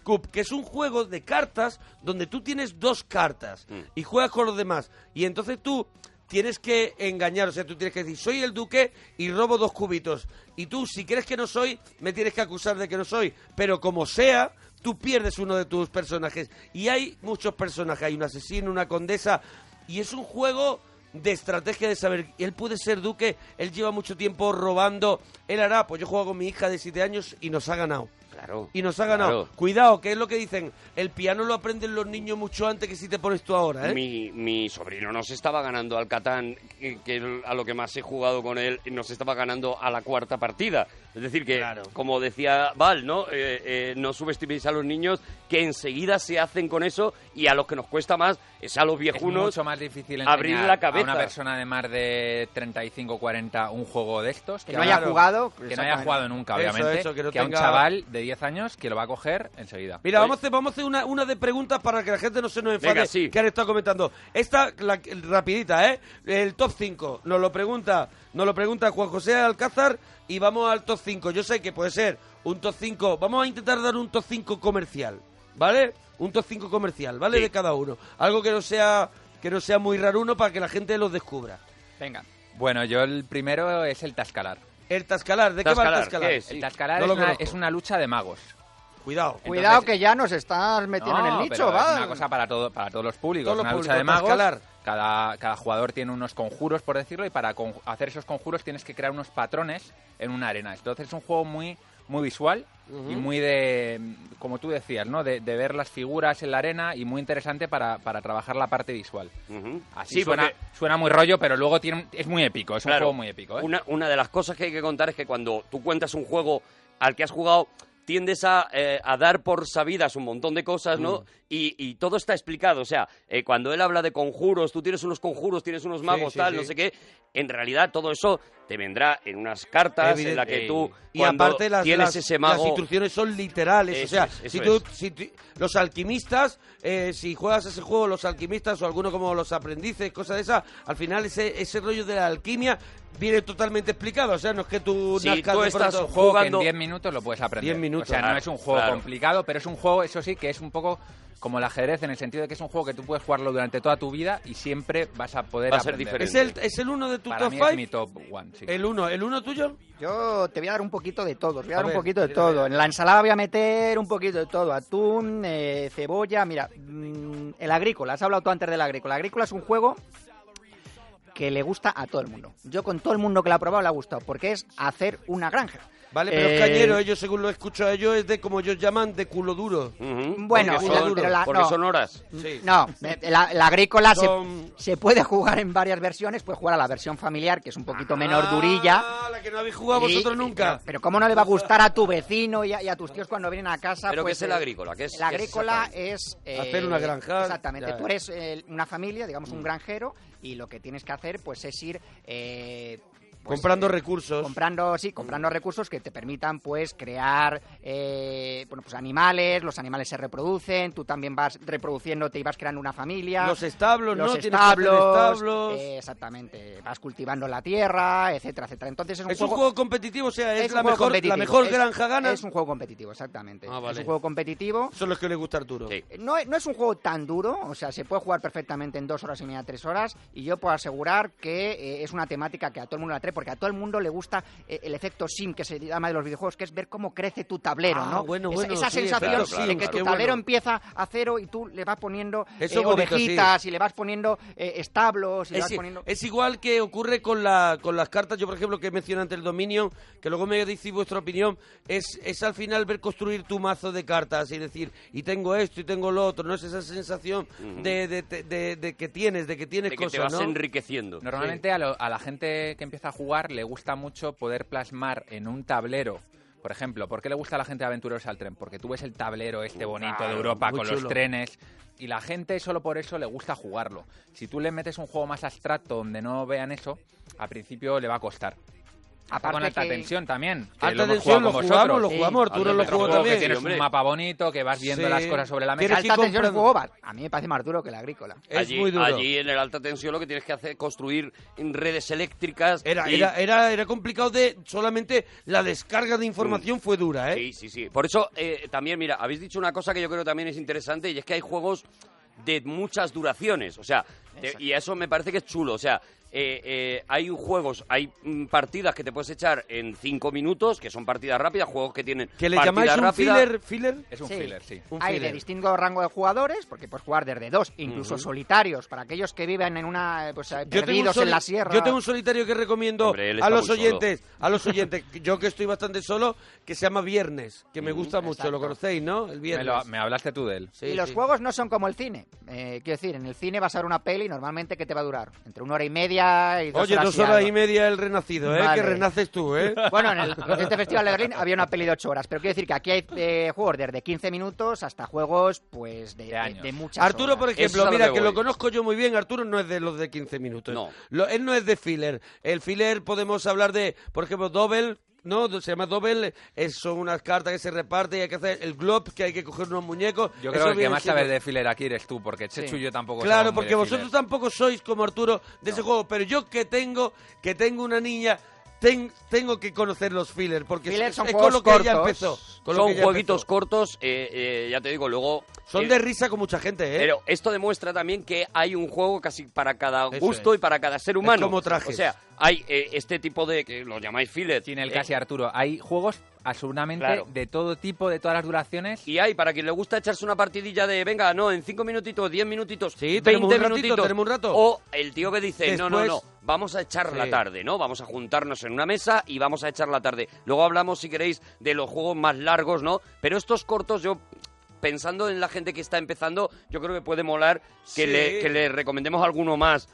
Cup, que es un juego de cartas donde tú tienes dos cartas y juegas con los demás. Y entonces tú tienes que engañar, o sea, tú tienes que decir, soy el duque y robo dos cubitos. Y tú, si crees que no soy, me tienes que acusar de que no soy. Pero como sea, tú pierdes uno de tus personajes. Y hay muchos personajes, hay un asesino, una condesa, y es un juego de estrategia de saber, él puede ser duque, él lleva mucho tiempo robando, él hará, pues yo juego con mi hija de 7 años y nos ha ganado Claro. y nos ha ganado. Claro. Cuidado, que es lo que dicen. El piano lo aprenden los niños mucho antes que si te pones tú ahora, ¿eh? Mi, mi sobrino nos estaba ganando al Catán, que, que el- a lo que más he jugado con él, nos estaba ganando a la cuarta partida. Es decir, que, Claro. como decía Val, ¿no? Eh, eh, no subestiméis a los niños que enseguida se hacen con eso y a los que nos cuesta más es a los Es viejunos. mucho más difícil enseñar abrir la cabeza. a una persona de más de 35 o 40 un juego de estos que que no ahora- haya jugado. que no haya jugado nunca, Eso, obviamente, eso, que que, no a un tenga- chaval de 10 años que lo va a coger enseguida. Mira, vamos a hacer, vamos a hacer una, una de preguntas para que la gente no se nos enfade Venga, sí. que han estado comentando. Esta, la- rapidita, ¿eh? El top 5. Nos lo pregunta, nos lo pregunta Juan José Alcázar y vamos al top 5. Yo sé que puede ser un top 5. Vamos a intentar dar un top 5 comercial, ¿vale? Un top 5 comercial, ¿vale? Sí. De cada uno. Algo que no sea que no sea muy raro uno para que la gente los descubra. Venga. Bueno, yo el primero es el Tascalar. El Tascalar, ¿de qué va Tascalar, el Tascalar? ¿qué es? Sí, el Tascalar no es, lo una, conozco. es una lucha de magos. Cuidado. Cuidado que ya nos estás metiendo en No, el nicho, pero es va. una cosa para, todo, para todos los públicos, Todos los una públicos, lucha de para magos. escalar. Cada, cada jugador tiene unos conjuros, por decirlo, y para con- hacer esos conjuros tienes que crear unos patrones en una arena. Entonces es un juego muy, muy visual y muy de, mm, como tú decías, ¿no? De, de ver las figuras en la arena y muy interesante para, para trabajar la parte visual. Ujú. Así Sí, suena, porque- suena muy rollo, pero luego tiene, un- es muy épico, es un Claro, juego muy épico. ¿eh? Una, una de las cosas que hay que contar es que cuando tú cuentas un juego al que has jugado, tiendes a, eh, a dar por sabidas un montón de cosas, Mm. ¿no? Y, y todo está explicado. O sea, eh, cuando él habla de conjuros, tú tienes unos conjuros, tienes unos magos, sí, tal, sí. no sé qué. En realidad, todo eso te vendrá en unas cartas en la Evidente. que tú y cuando aparte las, tienes las- ese las mago. instrucciones son literales Eso o sea es, eso si tú, es. si tú- los alquimistas eh, si juegas ese juego los alquimistas o alguno como los aprendices cosas de esas al final ese ese rollo de la alquimia viene totalmente explicado o sea no es que tú Si nazcas tú de estás pronto- ju- juego jugando- que en 10 minutos lo puedes aprender. 10 minutos, O sea, claro, no es un juego claro. complicado, pero es un juego, eso sí, que es un poco como el ajedrez en el sentido de que es un juego que tú puedes jugarlo durante toda tu vida y siempre vas a poder Va a ser aprender. diferente. es el es el uno de tu Para top mí five? es mi top one, sí. el uno el uno tuyo Yo te voy a dar un poquito de todo, te voy a, A dar ver, un poquito de dime, todo. dime. En la ensalada voy a meter un poquito de todo, atún, eh, cebolla, mira, mm, el agrícola, has hablado tú antes del agrícola. El agrícola es un juego que le gusta a todo el mundo. Yo con todo el mundo que lo ha probado le ha gustado, porque es hacer una granja. vale pero Eh, es cañero ellos según lo escucho a ellos es de como ellos llaman de culo duro Ujú, Bueno, porque la- son, pero la- porque no. son horas. Sí. No, eh, la, la agrícola se- Son- se, puede jugar en varias versiones, puedes jugar a la versión familiar, que es un poquito menor durilla. Ah, la que no habéis jugado Y- vosotros Pero, nunca pero cómo no pues, le va a gustar a tu vecino y a, y a tus tíos cuando vienen a casa. Pero que pues, es el eh, agrícola, que es- el agrícola que es eh, Hacer una granja, Exactamente. ya. Mm. Tú eres eh, una familia, digamos un granjero, y lo que tienes que hacer, pues, es ir. eh, pues, comprando eh, recursos comprando sí comprando recursos que te permitan pues crear eh, bueno pues animales los animales se reproducen tú también vas reproduciéndote y vas creando una familia los establos los no Tienes que hacer establos, establos. eh, exactamente vas cultivando la tierra etcétera etcétera entonces es un Es juego, un juego competitivo, o sea, es, un la, juego mejor, la competitivo. mejor Es- granja gana. Es un juego competitivo, exactamente. Ah, Es vale. un juego competitivo. Son los que le gusta a Arturo. Sí. No, no es un juego tan duro, o sea, se puede jugar perfectamente en dos horas y media, tres horas, y yo puedo asegurar que eh, es una temática que a todo el mundo la trae, porque a todo el mundo le gusta eh, el efecto sim, que se llama de los videojuegos, que es ver cómo crece tu tablero, Ah, ¿no? bueno, esa bueno, esa sí, sensación claro, de claro, que claro. tu tablero Bueno. empieza a cero y tú le vas poniendo Eso eh, bonito, sí. ovejitas y le vas poniendo eh, establos y le Es, vas poniendo... es igual que ocurre con, la, con las cartas. Yo, por ejemplo, que mencioné antes el Dominion, que luego me decís vuestra opinión, es, es al final ver construir tu mazo de cartas y decir, y tengo esto y tengo lo otro, ¿no? Es esa sensación de, de- de- de- de que tienes, de que tienes De que cosas, te vas ¿no? enriqueciendo. Normalmente a, lo- a la gente que empieza a jugar le gusta mucho poder plasmar en un tablero. Por ejemplo, ¿por qué le gusta a la gente de Aventureros al Tren? Porque tú ves el tablero este bonito de Europa muy con chulo. los trenes y la gente solo por eso le gusta jugarlo. Si tú le metes un juego más abstracto donde no vean eso, a principio le va a costar. Está con alta que- tensión también. que Alta lo hemos tensión, jugado lo con jugamos, vosotros. lo jugamos, Sí. Arturo Alta lo tensión, jugó juego que también. tienes hombre. un mapa bonito, que vas viendo Sí. las cosas sobre la Tienes mesa. que ir Alta tensión es un comprando. juego, va- a mí me parece más duro que el agrícola. Es allí, muy duro. allí en el alta tensión lo que tienes que hacer es construir redes eléctricas. Era, y- era, era, era complicado de... Solamente la descarga de información fue dura, ¿eh? Sí, sí, sí. Por eso, eh, también, mira, habéis dicho una cosa que yo creo también es interesante y es que hay juegos de muchas duraciones. O sea, te- y eso me parece que es chulo. O sea, eh, eh, hay juegos, hay mm, partidas que te puedes echar en cinco minutos, que son partidas rápidas, juegos que tienen. Que le partida llamáis un rápida. filler, filler. Es un filler, sí. Un Hay filler. de distinto rango de jugadores, porque puedes jugar desde dos, incluso solitarios, para aquellos que viven en una, eh, pues, eh, Yo tengo, un perdidos en soli- la sierra. yo tengo un solitario que recomiendo Hombre, él a está los muy oyentes, a los oyentes, que yo que estoy bastante solo, que se llama Viernes, que me gusta mucho, lo conocéis, ¿no? El Me, Viernes. lo- me hablaste tú de él. Sí, y los sí. juegos no son como el cine. Eh, quiero decir, en el cine vas a ver una peli normalmente que te va a durar entre una hora y media y dos Oye, horas. dos horas algo. y media el renacido, ¿eh? Vale. Que renaces tú, ¿eh? Bueno, en el reciente Festival de Berlín había una peli de ocho horas, pero quiero decir que aquí hay eh, juegos desde 15 minutos hasta juegos pues de, De de- años. de muchas Arturo, horas. por Eso es a ejemplo, lo mira, que que lo voy. conozco yo muy bien, Arturo no es de los de 15 minutos. No. Lo- él no es de filler. El filler podemos hablar de, por ejemplo, Double. No, se llama Double, es- son unas cartas que se reparten y hay que hacer el glob, que hay que coger unos muñecos. Eso Yo creo que el que viene más siendo- sabe de filler aquí eres tú, porque Chechu y yo tampoco Claro, somos muy porque de vosotros filler. tampoco sois como Arturo de ese juego, pero yo que tengo, que tengo una niña, ten- tengo que conocer los fillers, porque Fillers es, son es con lo juegos que ella cortos. empezó. con lo Son que ella jueguitos empezó. cortos, eh, eh, ya te digo, luego. Son eh, de risa con mucha gente, ¿eh? Pero esto demuestra también que hay un juego casi para cada Eso gusto es. y para cada ser humano. como trajes. O sea, hay eh, este tipo de, que lo llamáis filet. Sin el eh, casi Arturo. Hay juegos absolutamente Claro. de todo tipo, de todas las duraciones. y hay, para quien le gusta echarse una partidilla de, venga, no, en cinco minutitos, diez minutitos, Sí, 20 tenemos un ratito, minutitos. tenemos un rato. O el tío que dice, no, no, Después- no, vamos a echar la Sí. tarde, ¿no? Vamos a juntarnos en una mesa y vamos a echar la tarde. Luego hablamos, si queréis, de los juegos más largos, ¿no? Pero estos cortos yo... Pensando en la gente que está empezando, yo creo que puede molar que, Sí. le, que le recomendemos alguno más.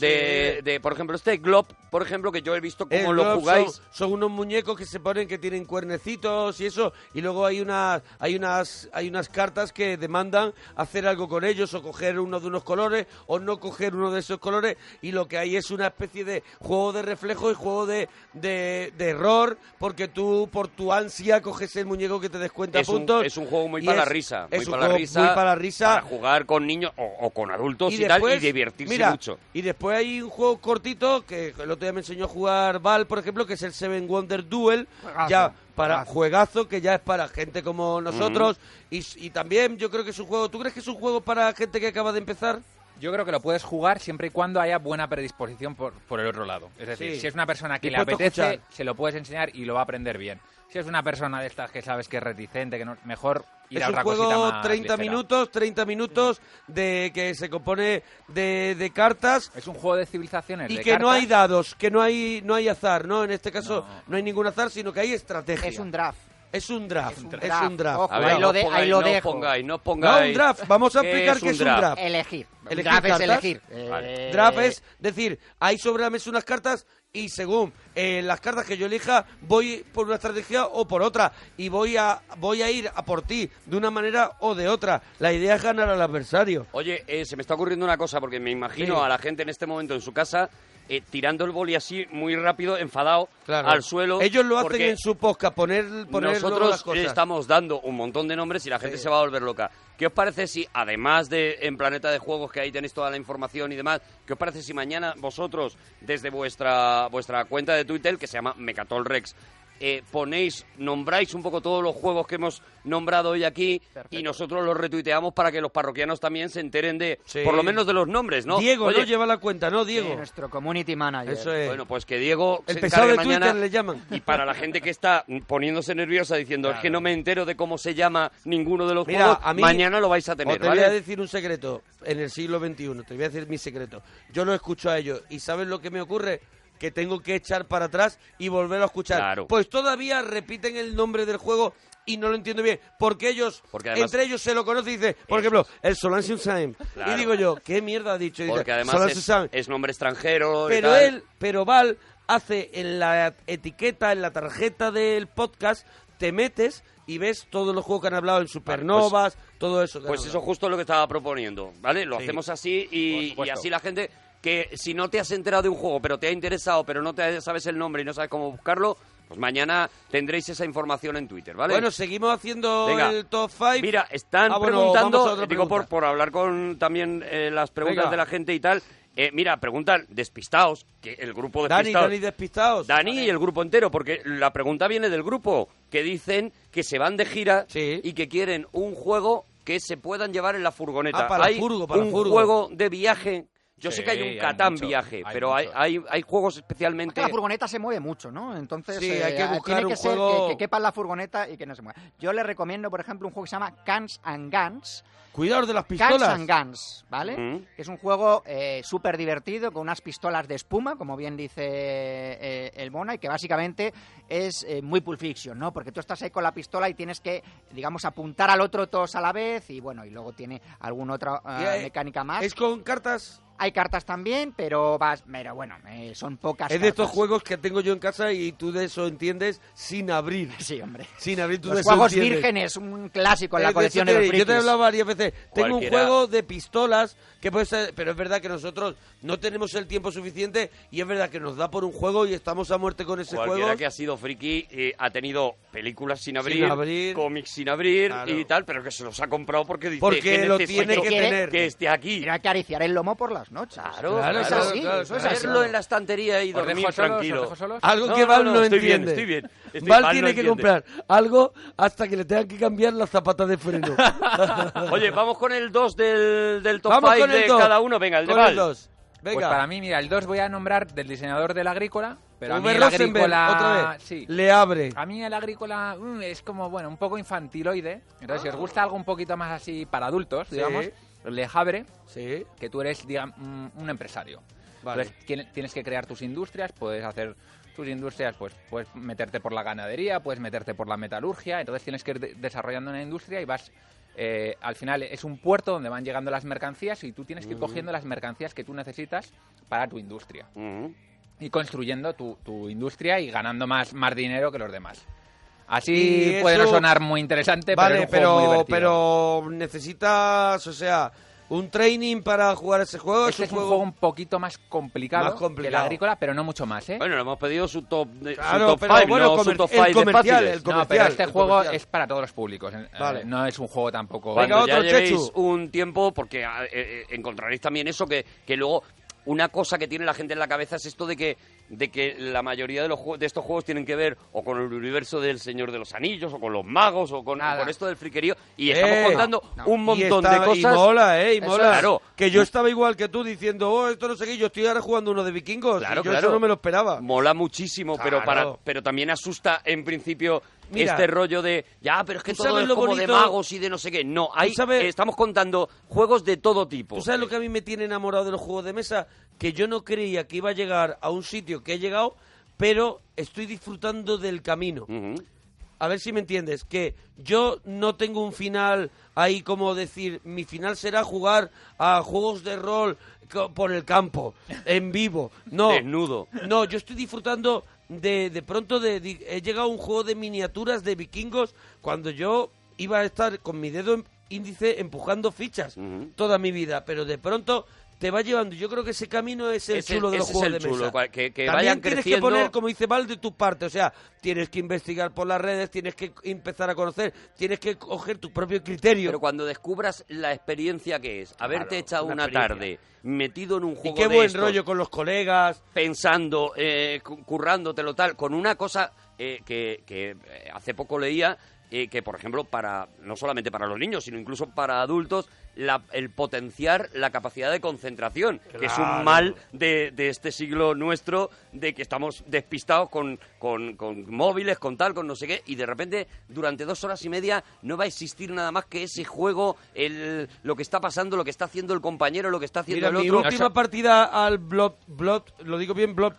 De, Sí. de, por ejemplo, este Glob, por ejemplo, que yo he visto El cómo lo Glob jugáis. Eh, Son, son unos muñecos que se ponen que tienen cuernecitos y eso, y luego hay unas, hay unas, hay unas cartas que demandan hacer algo con ellos, o coger uno de unos colores, o no coger uno de esos colores, y lo que hay es una especie de juego de reflejo y juego de, de, de error, porque tú por tu ansia coges el muñeco que te descuenta es un, puntos. es un juego muy y para la es- risa. es muy un para la juego risa. muy para la risa. Para jugar con niños o, o con adultos y, tal y divertirse mira, mucho. Y después hay un juego cortito que el otro día me enseñó a jugar Val, por ejemplo, que es el Seven Wonder Duel. Juegazo, ya para juegazo. juegazo, que ya es para gente como nosotros. Y s- y, también yo creo que es un juego. ¿Tú crees que es un juego para gente que acaba de empezar? Yo creo que lo puedes jugar siempre y cuando haya buena predisposición por, por el otro lado. Es decir, Sí. si es una persona que le Dispuesto a apetece, escuchar. se lo puedes enseñar y lo va a aprender bien. Si es una persona de estas que sabes que es reticente, que no, mejor ir es a un otra cosita juego más 30 ligera. minutos, 30 minutos de que se compone de, de cartas. Es un juego de civilizaciones. Y de que no cartas. hay dados, que no hay no hay azar, ¿no? En este caso no, No. hay ningún azar, sino que hay estrategia. Es un draft. Es un draft. Es un Es draft. un draft. Ojo, A ahí ver, lo no de- ahí pongáis, lo no dejo. pongáis, no No, pongáis. un draft. Vamos a ¿Qué explicar qué es un draft. Elegir. Ah. Elegir draft es cartas. elegir. Vale. Eh, Draft es decir, hay sobre la mesa unas cartas y según eh, las cartas que yo elija, voy por una estrategia o por otra. Y voy a, voy a ir a por ti de una manera o de otra. La idea es ganar al adversario. Oye, eh, se me está ocurriendo una cosa, porque me imagino Sí. a la gente en este momento en su casa eh, tirando el boli así muy rápido, enfadado, Claro. al suelo. Ellos lo hacen porque en su podcast, poner, poner luego las Nosotros cosas. le estamos dando un montón de nombres y la gente se va a volver loca. ¿Qué os parece si, además de en Planeta de Juegos, que ahí tenéis toda la información y demás, qué os parece si mañana vosotros, desde vuestra, vuestra cuenta de Twitter, que se llama Mecatolrex, eh, ponéis, nombráis un poco todos los juegos que hemos nombrado hoy aquí y nosotros los retuiteamos para que los parroquianos también se enteren de, Sí. por lo menos de los nombres, ¿no? Diego, Oye, no lleva la cuenta, ¿no, Diego? eh, nuestro community manager. Eso es. Bueno, pues que Diego El se pesado de encargue mañana Twitter le llaman. y para la gente que está poniéndose nerviosa diciendo es que no me entero de cómo se llama ninguno de los Mira, juegos, a mí- mañana lo vais a Os tener, te voy a ¿vale? decir un secreto en el siglo XXI, te voy a decir mi secreto. Yo lo escucho a ellos y ¿sabes lo que me ocurre? Que tengo que echar para atrás y volver a escuchar. Claro. Pues todavía repiten el nombre del juego y no lo entiendo bien. Porque ellos, Porque además- entre ellos se lo conocen y dice, por ejemplo, el Solange Time. Claro. Y digo yo, ¿qué mierda ha dicho? Y dice, Porque además "Solange es, Saint". es nombre extranjero. y Pero tal. él, pero Val hace en la etiqueta, en la tarjeta del podcast, te metes y ves todos los juegos que han hablado en Supernovas, todo eso. que han Pues eso hablado. justo es lo que estaba proponiendo, ¿vale? Lo Sí. hacemos así y, Por supuesto. y así la gente que si no te has enterado de un juego, pero te ha interesado, pero no te sabes el nombre y no sabes cómo buscarlo, pues mañana tendréis esa información en Twitter, ¿vale? Bueno, seguimos haciendo Venga. el top 5. Mira, están Ah, bueno, vamos a preguntando, eh, otra digo por, pregunta. por hablar con también eh, las preguntas Venga. de la gente y tal. eh, mira, preguntan despistados, que el grupo Dani, despistados. Dani despistados. Dani y el grupo entero, porque la pregunta viene del grupo, que dicen que se van de gira Sí. y que quieren un juego que se puedan llevar en la furgoneta. Ah, para hay furgo, para un furgo. juego de viaje. Yo Sí, sé que hay hay un Catán mucho, viaje, hay pero hay, mucho. hay, hay juegos Es especialmente... que la furgoneta se mueve mucho, ¿no? Entonces Sí, hay que eh, buscar tiene un que ser juego- que, que quepa en la furgoneta y que no se mueva. Yo le recomiendo, por ejemplo, un juego que se llama Cans and Guns, Cuidaos de las Guns pistolas. and Guns, ¿vale? Mm. Que Es un juego eh, súper divertido con unas pistolas de espuma, como bien dice eh, el Mona, y que básicamente es eh, muy Pulp Fiction, ¿no? Porque tú estás ahí con la pistola y tienes que, digamos, apuntar al otro todos a la vez y bueno, y luego tiene alguna otra ah, Y hay- mecánica más. eh, Es con cartas. Hay cartas también, pero vas, pero bueno, eh, son pocas. Es de estos cartas. juegos que tengo yo en casa y tú de eso entiendes sin abrir. Sí, hombre. Sin abrir tú de Los eso juegos entiendes. vírgenes, un clásico en la Eh, de colección eso de, te- los frikis. Yo te he hablado varias veces. Tengo un Cualquiera. juego de pistolas que puede ser, pero es verdad que nosotros no tenemos el tiempo suficiente y es verdad que nos da por un juego y estamos a muerte con ese Cualquiera juego. que ha sido friki eh, ha tenido películas sin abrir, abrir. cómics sin abrir Claro. y tal, pero que se los ha comprado porque dice Porque que lo necesito tiene que tener. que esté aquí. Tiene que acariciar el lomo por las noches. Claro, Claro, es claro, así, claro, eso es claro. así. Verlo en la estantería y ¿Os dormir dejo solos? ¿Os tranquilo. dejo solos? Algo No, que no, Val no, no, estoy bien, entiende. estoy bien. Estoy- Val Val no tiene que entiende. comprar algo hasta que le tengan que cambiar las zapatas de freno. Oye, vamos con el 2 del, del top Vamos 5 con de el 2. cada uno. Venga, el de Con el Val. dos. Venga. Pues para mí, mira, el 2 voy a nombrar del diseñador del Agrícola, pero a mí V. el Rosenberg, Agrícola... otra vez. Sí. Ah, Le abre. A mí el Agrícola mm, es como, bueno, un poco infantiloide. Entonces, si os gusta algo un poquito más así para adultos, Ah. Sí. digamos, Le Havre, Sí. que tú eres digam- mm, un empresario. Vale. Entonces, tien- tienes que crear tus industrias, puedes hacer tus industrias, pues puedes meterte por la ganadería, puedes meterte por la metalurgia, entonces tienes que ir de- desarrollando una industria y vas... eh, al final es un puerto donde van llegando las mercancías y tú Mm. tienes que ir cogiendo las mercancías que tú necesitas para tu industria Ujú. y construyendo tu, tu industria y ganando más, más dinero que los demás. Así Y puede no eso- sonar muy interesante, pero Vale, es un juego muy pero, divertido. pero necesitas, o sea, un training para jugar ese juego. Este es un juego un poquito más complicado, Más que el complicado. agrícola, pero no mucho más, ¿eh? Bueno, le hemos pedido su top, de, Claro, su top pero five, bueno, no su comer- top el five de comercial, fáciles. el No, no, pero comercial, este el juego comercial. es para todos los públicos. eh, Vale. eh, No es un juego tampoco... Venga, cuando ya otro, llevéis Chechu. un tiempo, porque ah, eh, eh, encontraréis también eso, que, que luego una cosa que tiene la gente en la cabeza es esto de que, de que la mayoría de, los, jue- de estos juegos tienen que ver o con el universo del Señor de los Anillos, o con los magos, o con, Nada. con esto del friquerío, y Eh, estamos contando no. un montón Y está- de cosas. Y mola, ¿eh? Y Eso mola. es. Claro. Que yo estaba igual que tú diciendo, oh, esto no sé qué, yo estoy ahora jugando uno de vikingos. Claro, y yo claro. Eso no me lo esperaba. Mola muchísimo, pero Claro. para pero también asusta en principio Mira. este rollo de ya, pero es que ¿Tú todo sabes es lo como de bonito? magos y de no sé qué. No, hay, sabes- estamos contando juegos de todo tipo. ¿Tú sabes lo que a mí me tiene enamorado de los juegos de mesa? Que yo no creía que iba a llegar a un sitio que he llegado, pero estoy disfrutando del camino. Ujú. A ver si me entiendes, que yo no tengo un final ahí como decir, mi final será jugar a juegos de rol co- por el campo, en vivo. No. Desnudo. No, yo estoy disfrutando de, de pronto de, de- he llegado a un juego de miniaturas de vikingos cuando yo iba a estar con mi dedo en- índice empujando fichas Ujú. toda mi vida, pero de pronto te va llevando. Yo creo que ese camino es el Ese- chulo de los ese es juegos el de chulo, mesa. cual- que- que También vayan tienes creciendo- que poner como dice Val, de tu parte. O sea, tienes que investigar por las redes, tienes que empezar a conocer, tienes que coger tu propio criterio. Pero cuando descubras la experiencia que es, haberte Claro, echado una una, tarde experiencia. metido en un y juego qué de buen estos, rollo con los colegas. pensando, eh, cu- currándotelo tal, con una cosa eh, que, que, eh, hace poco leía, eh, que por ejemplo, para no solamente para los niños, sino incluso para adultos, la- el potenciar la capacidad de concentración, que es un Claro. mal de, de este siglo nuestro, de que estamos despistados con, con, con móviles, con tal, con no sé qué, y de repente durante dos horas y media no va a existir nada más que ese juego, el, lo que está pasando, lo que está haciendo el compañero, lo que está haciendo Mira, el mi otro. última partida al Blood, Blood, lo digo bien, Blood,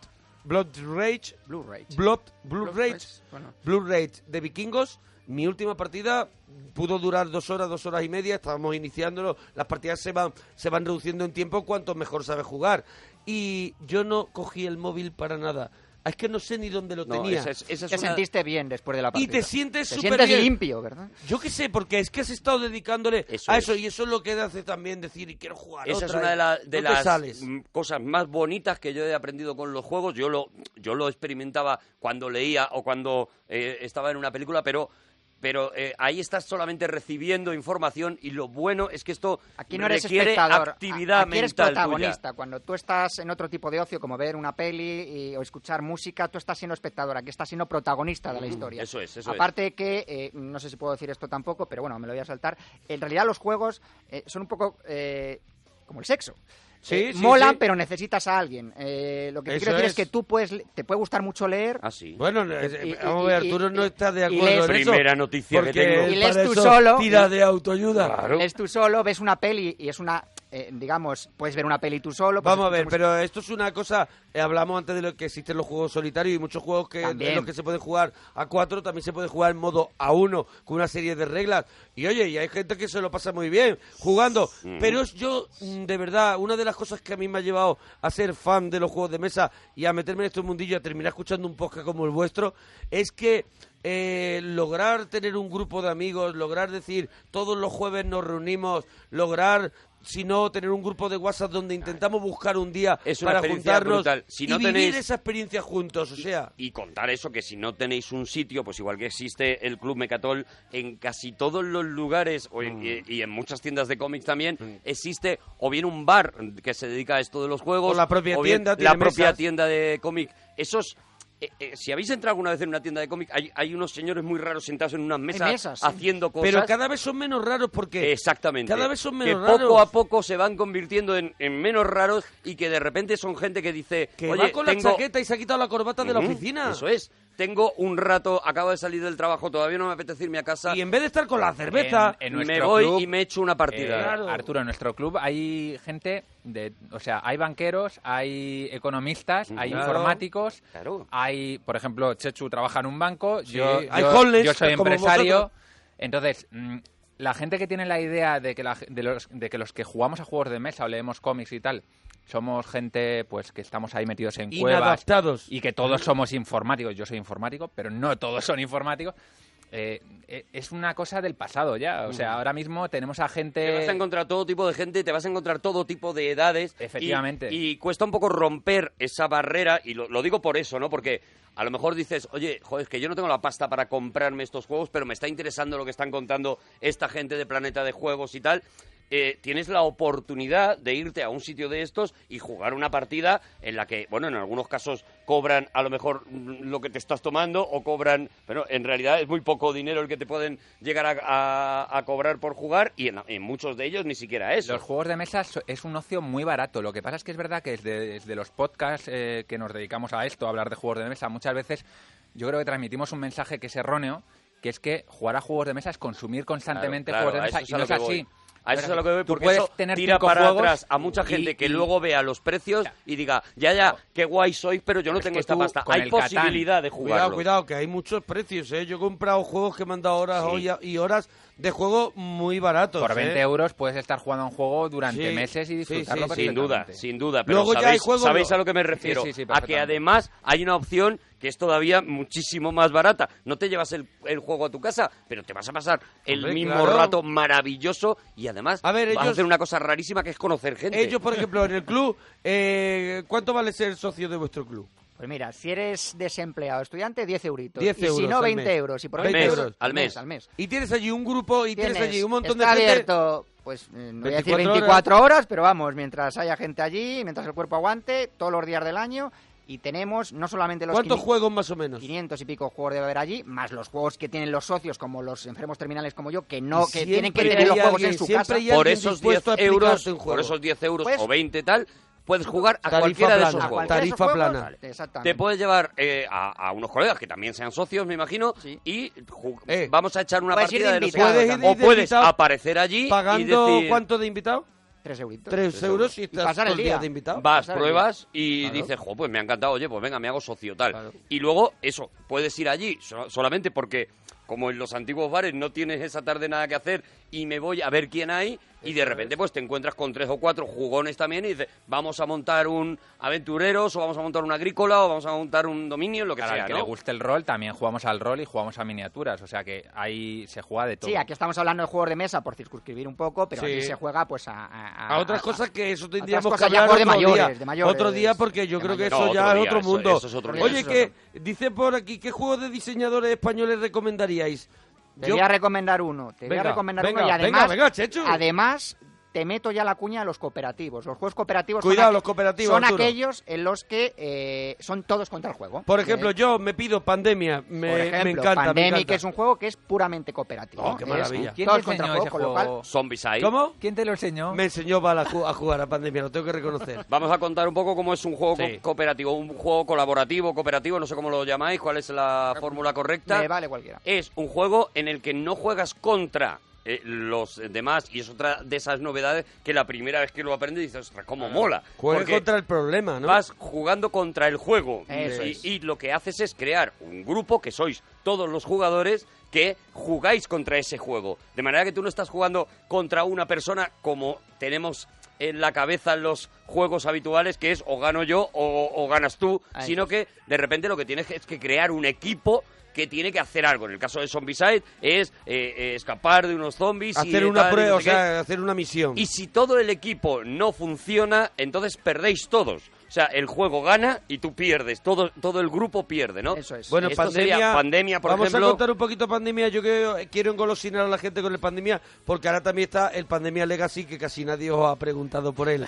Blood Rage, Blue Rage. Blood, Blue Blood Rage, Rage, bueno. Blue Rage de vikingos. Mi última partida pudo durar dos horas, dos horas y media. Estábamos iniciándolo. Las partidas se van, se van reduciendo en tiempo cuanto mejor sabes jugar. Y yo no cogí el móvil para nada. Es que no sé ni dónde lo No, tenía. esa es- esa es Te una- sentiste bien después de la partida. te sientes Te súper sientes bien. limpio, ¿verdad? Yo qué sé, porque es que has estado dedicándole Eso a es. eso y eso es lo que hace también decir y quiero jugar. Esa es otra una de, la- vez". de No te las sales. mm, cosas más bonitas que yo he aprendido con los juegos. Yo lo, yo lo experimentaba cuando leía o cuando eh, estaba en una película, pero, pero eh, ahí estás solamente recibiendo información y lo bueno es que esto Aquí no eres requiere espectador, actividad aquí eres mental protagonista. tuya. Cuando tú estás en otro tipo de ocio, como ver una peli y- o escuchar música, tú estás siendo espectador, aquí estás siendo protagonista de la historia. eso es, eso es. Aparte que, eh, no sé si puedo decir esto tampoco, pero bueno, me lo voy a saltar. En realidad los juegos eh, son un poco eh, como el sexo. Sí, Eh, sí, molan, sí. pero necesitas a alguien. Eh, lo que te Eso quiero decir es. es. que tú puedes, le- te puede gustar mucho leer, Ah, sí. Bueno, y- eh, vamos a ver, y- Arturo y- no está de y acuerdo lees- en eso. Primera noticia que porque tengo. él Y lees para tú eso solo. Tira de autoayuda. Claro. lees tú solo, ves una peli y es una, eh, digamos, puedes ver una peli tú solo. pues Vamos a ver, escuchas pero esto es una cosa. eh, hablamos antes de lo que existen los juegos solitarios y muchos juegos que También. en los que se puede jugar a cuatro también se puede jugar en modo a uno con una serie de reglas. Y oye, y hay gente que se lo pasa muy bien jugando. Pero es yo, mm, de verdad, una de las cosas que a mí me ha llevado a ser fan de los juegos de mesa y a meterme en este mundillo, a terminar escuchando un podcast como el vuestro, es que eh, lograr tener un grupo de amigos, lograr decir todos los jueves nos reunimos, lograr si no tener un grupo de WhatsApp donde intentamos buscar un día Es una para experiencia juntarnos brutal. Si y no vivir tenéis- esa experiencia juntos, o sea, Y contar eso, que si no tenéis un sitio, pues igual que existe el Club Mecatol, en casi todos los lugares o Mm. en- eh, y, y en muchas tiendas de cómics también, existe o bien un bar que se dedica a esto de los juegos, O la propia bien tienda tiene la propia mesas. tienda de cómic. Esos. eh, eh, si habéis entrado alguna vez en una tienda de cómics, hay, hay unos señores muy raros sentados en unas mesas, mesas, sí. haciendo cosas. Pero cada vez son menos raros porque... Exactamente. Cada vez son que menos poco raros. a poco se van convirtiendo en, en menos raros y que de repente son gente que dice... Que Oye, va con tengo- la chaqueta y se ha quitado la corbata de la Ujú, oficina. Eso es. Tengo un rato, acabo de salir del trabajo, todavía no me apetece irme a casa. Y en vez de estar con la cerveza... En- en me nuestro voy club, y me echo una partida. Eh, Claro. Arturo, en nuestro club hay gente de, o sea, hay banqueros, hay economistas, hay Claro. informáticos, Claro. hay, por ejemplo, Chechu trabaja en un banco, yo, hay yo- homeless, yo soy como empresario, vosotros. entonces mm, la gente que tiene la idea de que, la ge- de, los, de que los que jugamos a juegos de mesa o leemos cómics y tal somos gente pues que estamos ahí metidos en cuevas Inadaptados. y que todos somos informáticos, yo soy informático, pero no todos son informáticos. eh, eh, es una cosa del pasado ya. O sea, ahora mismo tenemos a gente. Te vas a encontrar todo tipo de gente, te vas a encontrar todo tipo de edades. Efectivamente. Y, y cuesta un poco romper esa barrera, y lo, lo digo por eso, ¿no? Porque a lo mejor dices, oye, joder, es que yo no tengo la pasta para comprarme estos juegos, pero me está interesando lo que están contando esta gente de Planeta de Juegos y tal. Eh, tienes la oportunidad de irte a un sitio de estos y jugar una partida en la que, bueno, en algunos casos cobran a lo mejor mm, lo que te estás tomando o cobran, pero en realidad es muy poco dinero el que te pueden llegar a, a- a cobrar por jugar y en, en muchos de ellos ni siquiera eso. Los juegos de mesa so- es un ocio muy barato. Lo que pasa es que es verdad que desde, desde los podcasts eh, que nos dedicamos a esto, a hablar de juegos de mesa, muchas veces yo creo que transmitimos un mensaje que es erróneo, que es que jugar a juegos de mesa es consumir constantemente Claro, juegos de claro, mesa. Y no es a eso es a lo que así. voy. A eso es a lo que voy, Tú porque puedes eso tener tira cinco para juegos atrás a mucha y- gente que y- luego vea los precios y diga, ya, ya, qué guay sois, pero yo no Es tengo que esta tú, pasta. con Hay el Catán, posibilidad de Cuidado, jugarlo. cuidado, que hay muchos precios, ¿eh? Yo he comprado juegos que me han dado horas Sí. hoy a- y horas de juego muy baratos. Por 20 ¿eh? euros puedes estar jugando a un juego durante Sí, meses y sí, disfrutarlo sí, Sin duda, perfectamente. sin duda. Pero Luego ya sabéis, hay juegos- sabéis a lo que me refiero. sí, sí, a que perfectamente. además hay una opción que es todavía muchísimo más barata. No te llevas el, el juego a tu casa, pero te vas a pasar el Hombre, mismo claro. rato maravilloso y además A ver, vas a ellos- hacer una cosa rarísima que es conocer gente. Ellos, por ejemplo, en el club, eh, ¿cuánto vale ser socio de vuestro club? Pues mira, si eres desempleado, estudiante, 10 euritos. 10 y si euros no, al 20 mes. euros. Y por Al 20 mes, euros al mes. Al mes. Y tienes allí un grupo y tienes, allí un montón está de gente. abierto, pues eh, no voy a 24 decir 24 horas. pero vamos, mientras haya gente allí, mientras el cuerpo aguante, todos los días del año. Y tenemos no solamente los ¿Cuántos 500 juegos más o menos? 500 y pico juegos debe haber allí, más los juegos que tienen los socios, como los enfermos terminales como yo, que no, que Siempre tienen que hay tener los juegos alguien, en su siempre casa. hay por alguien esos 10 dispuesto a euros, aplicarte un por juego. esos 10 euros Pues- o 20 tal, puedes jugar a Tarifa cualquiera de plana. esos A juegos. juegos. cualquiera de esos Tarifa juegos, plana. Exactamente. Te puedes llevar eh, a, a unos colegas que también sean socios, me imagino, Sí. y ju- Eh, vamos a echar una puedes ir partida de de no sé invitado qué. Puedes ir de O puedes invitado aparecer allí ¿Pagando y decir, cuánto de invitado? Tres euritos. 3 euros y estás pasar el todo día día. de invitado. vas, pasar el pruebas y Claro. dices, jo, pues me ha encantado, oye, pues venga, me hago socio, tal. Claro. Y luego, eso, puedes ir allí so- solamente porque, como en los antiguos bares, no tienes esa tarde nada que hacer y me voy a ver quién hay y de repente pues te encuentras con tres o cuatro jugones también y dices, vamos a montar un aventureros o vamos a montar un agrícola o vamos a montar un dominio, lo que Claro, sea, al que ¿no? le guste el rol, también jugamos al rol y jugamos a miniaturas. O sea que ahí se juega de todo. Sí, aquí estamos hablando de juegos de mesa por circunscribir un poco, pero Sí. aquí se juega pues a... A, A otras cosas que eso tendríamos otras que cosas ya hablar por de otro mayores, día. de mayores, otro día porque yo de creo que mayores. eso No, ya otro es día, otro eso- mundo. eso es otro día, Oye, eso que es dice por aquí, ¿qué juegos de diseñadores españoles recomendaríais? Te voy a recomendar uno, te voy Venga, a recomendar venga, uno y venga, además, venga, Chechu. además te meto ya la cuña a los cooperativos. Los juegos cooperativos Cuidado, son, aqu- los cooperativos, son Arturo. aquellos en los que eh, son todos contra el juego. Por ejemplo, Eh, yo me pido Pandemia, me, por me ejemplo, encanta, me Pandemic encanta. es un juego que es puramente cooperativo. Oh, qué Es maravilla. ¿Quién todos te enseñó contra el juego, ese con lo juego? cual Zombieside. ¿Cómo? ¿Quién te lo enseñó? Me enseñó Val a, ju- a jugar a Pandemia, lo tengo que reconocer. Vamos a contar un poco cómo es un juego Sí. co- cooperativo, un juego colaborativo, cooperativo, no sé cómo lo llamáis, cuál es la fórmula correcta. me vale cualquiera. Es un juego en el que no juegas contra eh, los demás y es otra de esas novedades que la primera vez que lo aprendes dices, ostras, cómo mola. Juega Porque contra el problema, ¿no? vas jugando contra el juego Eso y, es. y lo que haces es crear un grupo que sois todos los jugadores que jugáis contra ese juego. De manera que tú no estás jugando contra una persona como tenemos en la cabeza los juegos habituales, que es o gano yo o, o ganas tú, Ahí sino es. que de repente lo que tienes es que crear un equipo que tiene que hacer algo. En el caso de Zombieside es eh, eh, escapar de unos zombies y hacer de una tal, y no prueba, o sé qué. sea, hacer una misión. Y si todo el equipo no funciona, entonces perdéis todos. sea, el juego gana y tú pierdes, todo, todo el grupo pierde, ¿no? Eso es. Bueno, Esto pandemia, sería pandemia, por Pues vamos ejemplo. a contar un poquito pandemia. Yo que- quiero engolosinar a la gente con el pandemia, porque ahora también está el pandemia Legacy, que casi nadie os ha preguntado por él.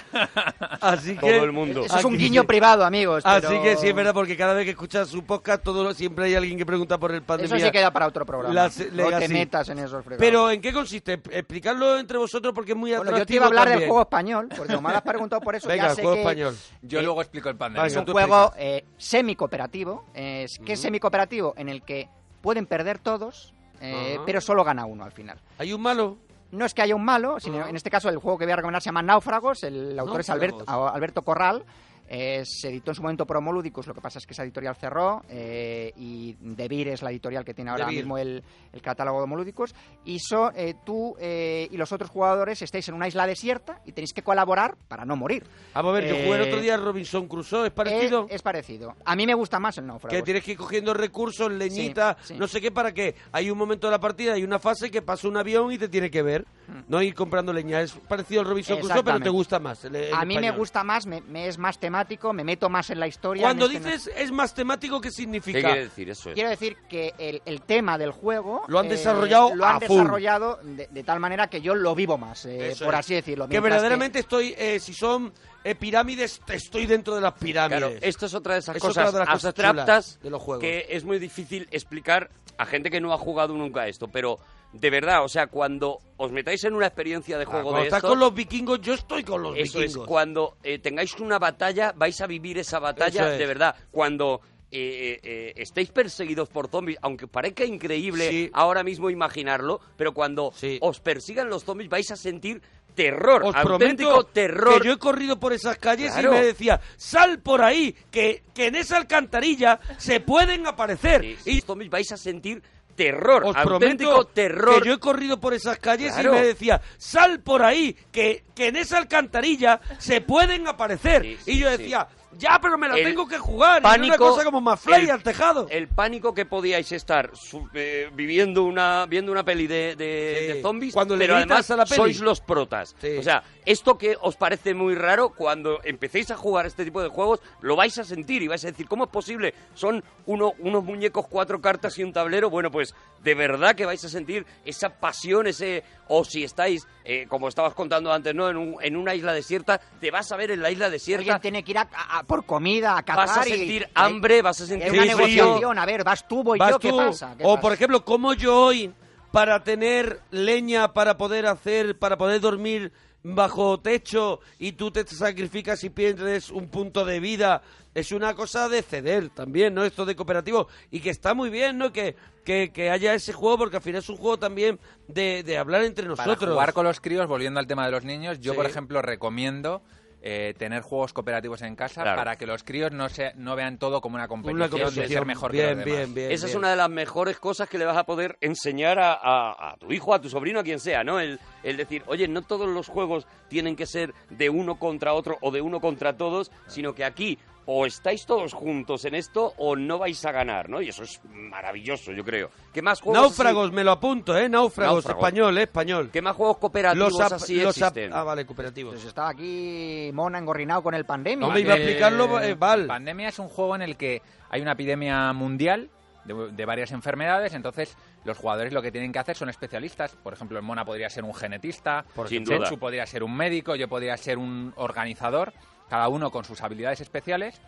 Así que Todo el mundo. Eso es un aquí- guiño privado, amigos. Así pero que sí es verdad, porque cada vez que escuchas su podcast, todo lo- siempre hay alguien que pregunta por el pandemia. Eso se queda para otro programa. La- no te Legacy. metas en esos fregados. Pero ¿en qué consiste? Explicarlo entre vosotros porque es muy Bueno, atractivo yo te iba a hablar del también. juego español, porque como me lo has preguntado por eso, Venga, ya sé juego que español. Yo luego explico el pandemia. Venga, es un tú juego eh, semi-cooperativo. Eh, es- ¿Qué es semi-cooperativo? En el que pueden perder todos, eh, Ajá. pero solo gana uno al final. ¿Hay un malo? No es que haya un malo, sino en este caso el juego que voy a recomendar se llama Náufragos, el autor es Alberto, Náufragos. a- Alberto Corral. eh, se editó en su momento Promoludicus, lo que pasa es que esa editorial cerró eh, y Devir es la editorial que tiene ahora Devir. mismo el, el catálogo de Homoludicus. Y so- eh, tú eh, y los otros jugadores estáis en una isla desierta y tenéis que colaborar para no morir. Vamos a ver, yo Eh, jugué el otro día a Robinson Crusoe, ¿es parecido? Eh, es parecido. A mí me gusta más el Náufragos. Que tienes que ir cogiendo recursos, leñitas, Sí, sí. no sé qué, para que hay un momento de la partida, hay una fase que pasa un avión y te tiene que ver. No ir comprando leña. Es parecido al Robinson Crusoe, pero te Mm. Exactamente. gusta más. el- el A mí me español. gusta más, me, me es más temático, me meto más en la historia. Cuando en este- dices es más temático, ¿qué ¿Qué significa? quiere decir eso? Quiero decir que el, el tema del juego eh, Lo han desarrollado lo han a full. desarrollado de, de tal manera que yo lo vivo más, eh, Eso por es. así decirlo. que Mientras verdaderamente estoy, eh, si son eh, pirámides, te- estoy dentro de las pirámides. Claro, este esto es otra de esas Es otra cosas de las cosas abstractas chulas de los juegos. que es muy difícil explicar a gente que no ha jugado nunca a esto, pero de verdad, o sea, cuando os metáis en una experiencia de Ah, juego cuando de estás esto, con los vikingos, yo estoy con los eso es vikingos. cuando eh, tengáis una batalla, vais a vivir esa Eso batalla es. de verdad, cuando eh, eh, eh, estéis perseguidos por zombies, aunque parezca increíble Sí. ahora mismo imaginarlo, pero cuando Sí. os persigan los zombies vais a sentir terror, Os auténtico prometo terror. que yo he corrido por esas calles Claro. y me decía, sal por ahí, que, que en esa alcantarilla se pueden aparecer. Sí, Y sí, zombies vais a sentir terror, os auténtico prometo terror. que yo he corrido por esas calles Claro. y me decía, sal por ahí, que, que en esa alcantarilla se pueden aparecer. Sí, sí, y yo sí. decía, ya, pero me la El tengo que jugar. y era una cosa como más el- al tejado. El pánico que podíais estar su- eh, viviendo una viendo una peli de, de- Sí. de zombies, Cuando le pero gritas además a la peli. sois los protas. Sí. O sea, esto que os parece muy raro, cuando empecéis a jugar este tipo de juegos, lo vais a sentir y vais a decir, ¿cómo es posible? Son uno- unos muñecos, cuatro cartas y un tablero. Bueno, pues de verdad que vais a sentir esa pasión, ese... O si estáis, eh, como estabas contando antes, ¿no? En, un- en una isla desierta, te vas a ver en la isla desierta Alguien tiene que ir a, a- a por comida, a cazar. vas a y- sentir y- hambre, vas a y sentir Es una Sí, sí. frío. negociación, a ver, vas tú, voy Vas Pues yo, ¿qué tú. pasa? ¿Qué o pasa? por ejemplo, como yo hoy para tener leña para poder hacer, para poder dormir bajo techo y tú te sacrificas y pierdes un punto de vida. Es una cosa de ceder también, ¿no? Esto de cooperativo. Y que está muy bien, ¿no? Que, que, que haya ese juego, porque al final es un juego también de, de hablar entre Para nosotros. jugar con los críos, volviendo al tema de los niños, yo, Sí. por ejemplo, recomiendo eh, tener juegos cooperativos en casa Claro. para que los críos no, se, no vean todo como una competición, una de ser competición. mejor que bien, los demás. bien, bien. Esa es bien. una de las mejores cosas que le vas a poder enseñar a, a- a tu hijo, a tu sobrino, a quien sea, ¿no? El, el decir, oye, no todos los juegos tienen que ser de uno contra otro o de uno contra todos, sino que aquí o estáis todos juntos en esto o no vais a ganar, ¿no? Y eso es maravilloso, yo creo. ¿Qué más juegos, así- Náufragos, me lo apunto, ¿eh? Náufragos, Náufragos. español, ¿eh? Español. ¿Qué más juegos cooperativos ap- así los ap- existen? Ah, vale, cooperativos. Pues estaba aquí Mona engorrinado con el pandemia. No me iba a explicarlo, eh, Val. Pandemia es un juego en el que hay una epidemia mundial de, de varias enfermedades, entonces los jugadores lo que tienen que hacer son especialistas. Por ejemplo, el Mona podría ser un genetista, Por Sin supuesto. Chechu podría ser un médico, yo podría ser un organizador, cada uno con sus habilidades especiales,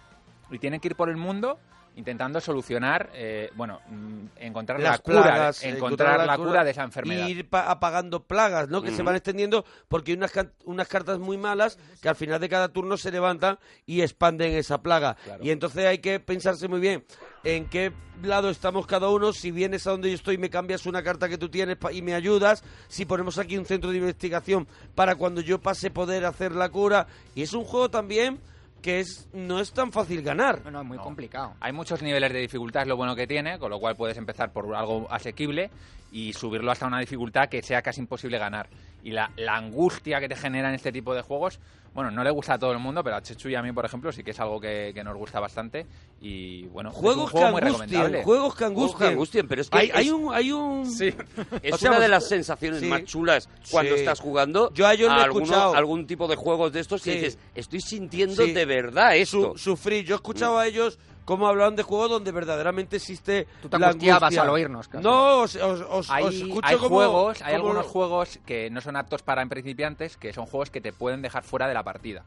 y tienen que ir por el mundo intentando solucionar, eh, bueno, mm, encontrar la las cura, plagas, encontrar, la, cura, de esa enfermedad. Y ir pa- apagando plagas, ¿no? Que se van extendiendo porque hay unas, can- unas cartas muy malas que al final de cada turno se levantan y expanden esa plaga. Claro. Y entonces hay que pensarse muy bien en qué lado estamos cada uno. Si vienes a donde yo estoy y me cambias una carta que tú tienes pa- y me ayudas. Si ponemos aquí un centro de investigación para cuando yo pase poder hacer la cura. Y es un juego también que es no es tan fácil ganar. No, no, es muy complicado. Hay muchos niveles de dificultad, es lo bueno que tiene, con lo cual puedes empezar por algo asequible y subirlo hasta una dificultad que sea casi imposible ganar. Y la, la angustia que te generan este tipo de juegos, bueno, no le gusta a todo el mundo, pero a Chechu y a mí, por ejemplo, sí que es algo que, que nos gusta bastante. Y bueno, es un Juegos que juego muy angustien, recomendable. juegos que Juegos que angustien. angustien, pero es que Hay, es- hay un... Hay un... Sí. Es O sea, una de vos- las sensaciones sí. más chulas cuando Sí. estás jugando Yo a ellos lo he alguno- escuchado. algún tipo de juegos de estos que Sí. dices, estoy sintiendo Sí. de verdad su- esto. sufrir. Yo he escuchado a ellos cómo hablaban de juegos donde verdaderamente existe Tú te la angustiabas angustia. al oírnos, casi. No, os, os- os- Hay, os escucho hay como- juegos, hay como- algunos juegos que no son aptos para principiantes, que son juegos que te pueden dejar fuera de la partida.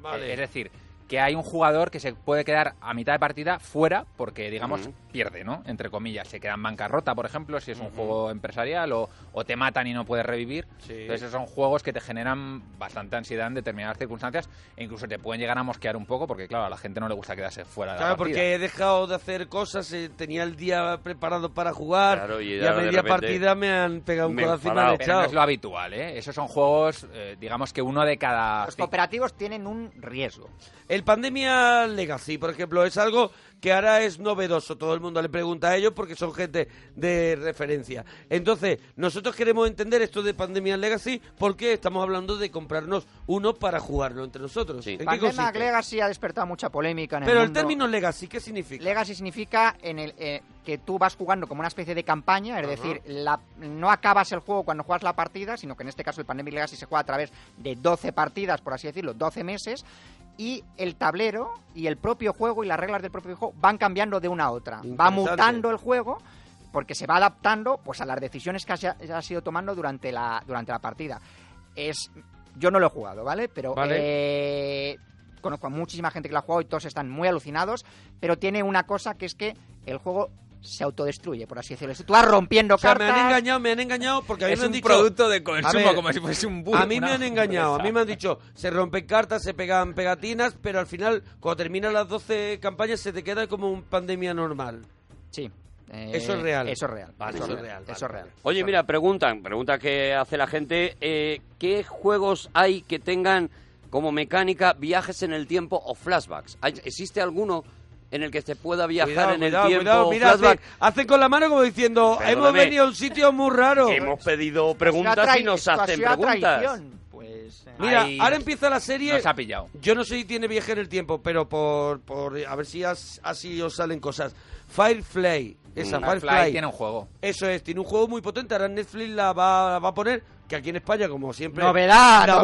Vale. Es decir, que hay un jugador que se puede quedar a mitad de partida fuera porque, digamos, pierde, ¿no? Entre comillas, se queda en bancarrota, por ejemplo, si es un juego empresarial o, o te matan y no puedes revivir. Sí. Entonces, esos son juegos que te generan bastante ansiedad en determinadas circunstancias e incluso te pueden llegar a mosquear un poco porque, claro, a la gente no le gusta quedarse fuera de Claro, la partida. porque he dejado de hacer cosas, eh, tenía el día preparado para jugar Claro, y y, a ahora de media repente partida me han pegado un me he codazo y me enfadado. han Pero no es echado. lo habitual, ¿eh? Esos son juegos, eh, digamos que uno de cada... Los cinco. cooperativos tienen un riesgo. El Pandemia Legacy, por ejemplo, es algo que ahora es novedoso. Todo el mundo le pregunta a ellos porque son gente de referencia. Entonces, nosotros queremos entender esto de Pandemia Legacy porque estamos hablando de comprarnos uno para jugarlo entre nosotros. Sí. ¿En qué Pandemic consiste? Legacy ha despertado mucha polémica en el Pero el mundo. término Legacy, ¿qué significa? Legacy significa en el, eh, que tú vas jugando como una especie de campaña, es decir, la- no acabas el juego cuando juegas la partida, sino que en este caso el Pandemic Legacy se juega a través de 12 partidas, por así decirlo, 12 meses, y el tablero y el propio juego y las reglas del propio juego van cambiando de una a otra. Va Interesante. mutando el juego porque se va adaptando pues a las decisiones que has, has ido tomando durante la, durante la partida. Es, yo no lo he jugado, ¿vale? Pero eh, conozco a muchísima gente que lo ha jugado y todos están muy alucinados, pero tiene una cosa que es que el juego se autodestruye, por así decirlo. Tú vas rompiendo o sea, me cartas. han engañado, me han engañado porque a mí Es me han un dicho... producto de A consumo, ver, como si fuese un burro. A mí me han engañado, a mí me han dicho, se rompen cartas, se pegan pegatinas, pero al final, cuando terminan las 12 campañas, se te queda como un pandemia normal. Sí. eh, Eso es real. Eso es real. Vale, eso, eso es es real. real, Eso es vale, real. Oye, mira, preguntan, pregunta que hace la gente, eh, ¿qué juegos hay que tengan como mecánica viajes en el tiempo o flashbacks? ¿Hay- ¿Existe alguno en el que se pueda viajar Cuidado, en cuidado, el tiempo? cuidado, o mira, hacen, flashback? hacen con la mano como diciendo, Perdóname. hemos venido a un sitio muy raro. Hemos pedido Esto ha preguntas trai- y nos esto ha hacen sido a preguntas. traición, Pues, eh, Mira, Ahí- ahora empieza la serie... Nos ha pillado. Yo no sé si tiene viaje en el tiempo, pero por, por a ver si as- así os salen cosas. Firefly, esa Mm. Firefly tiene un juego. Eso es, tiene un juego muy potente. Ahora Netflix la va, la va a poner, que aquí en España, como siempre. Novedad, la novedad,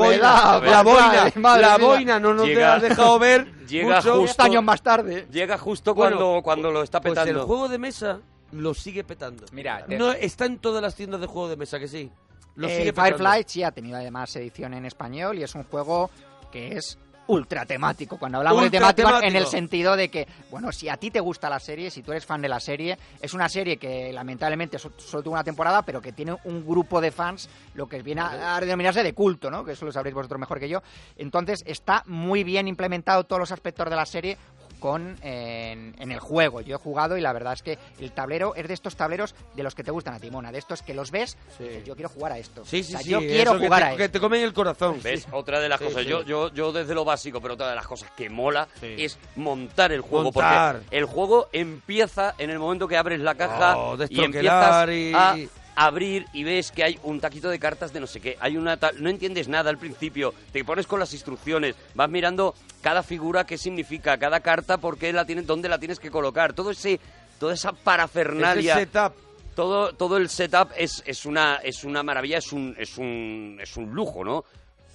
boina, la boina, madre, madre la mía. boina, no nos Llega- has dejado ver. llega mucho. justo- 10 años más tarde. Llega justo Bueno, cuando, cuando lo está Pues petando. el juego de mesa lo sigue petando. Mira, te- no está en todas las tiendas de juego de mesa, que sí. Lo Eh, sigue petando. Firefly sí ha tenido además edición en español y es un juego que es ultra temático. Cuando hablamos de temático, Ultratemático. en el sentido de que, bueno, si a ti te gusta la serie, si tú eres fan de la serie, es una serie que lamentablemente so- solo tuvo una temporada, pero que tiene un grupo de fans, lo que viene a, a denominarse de culto, ¿no? Que eso lo sabréis vosotros mejor que yo. Entonces está muy bien implementado todos los aspectos de la serie con eh, en, en el juego. Yo he jugado y la verdad es que el tablero es de estos tableros de los que te gustan a ti, Mona, de estos que los ves y Sí. dices, yo quiero jugar a esto. Sí, sí, O sea, sí. yo eso quiero que jugar te- a Que esto. te comen el corazón. ¿Ves? Otra de las Sí, cosas. sí. Yo, yo, yo desde lo básico, pero otra de las cosas que mola Sí. es montar el juego. Montar. Porque el juego empieza en el momento que abres la caja Oh, y empiezas destroquelar y- a abrir y ves que hay un taquito de cartas de no sé qué. Hay una ta- No entiendes nada al principio. Te pones con las instrucciones. Vas mirando cada figura, qué significa, cada carta, por qué la tienes, dónde la tienes que colocar. Todo ese... Toda esa Ese Oh, parafernalia setup. todo, todo el setup es, es, una, es una maravilla, es un, es, un, es un lujo, ¿no?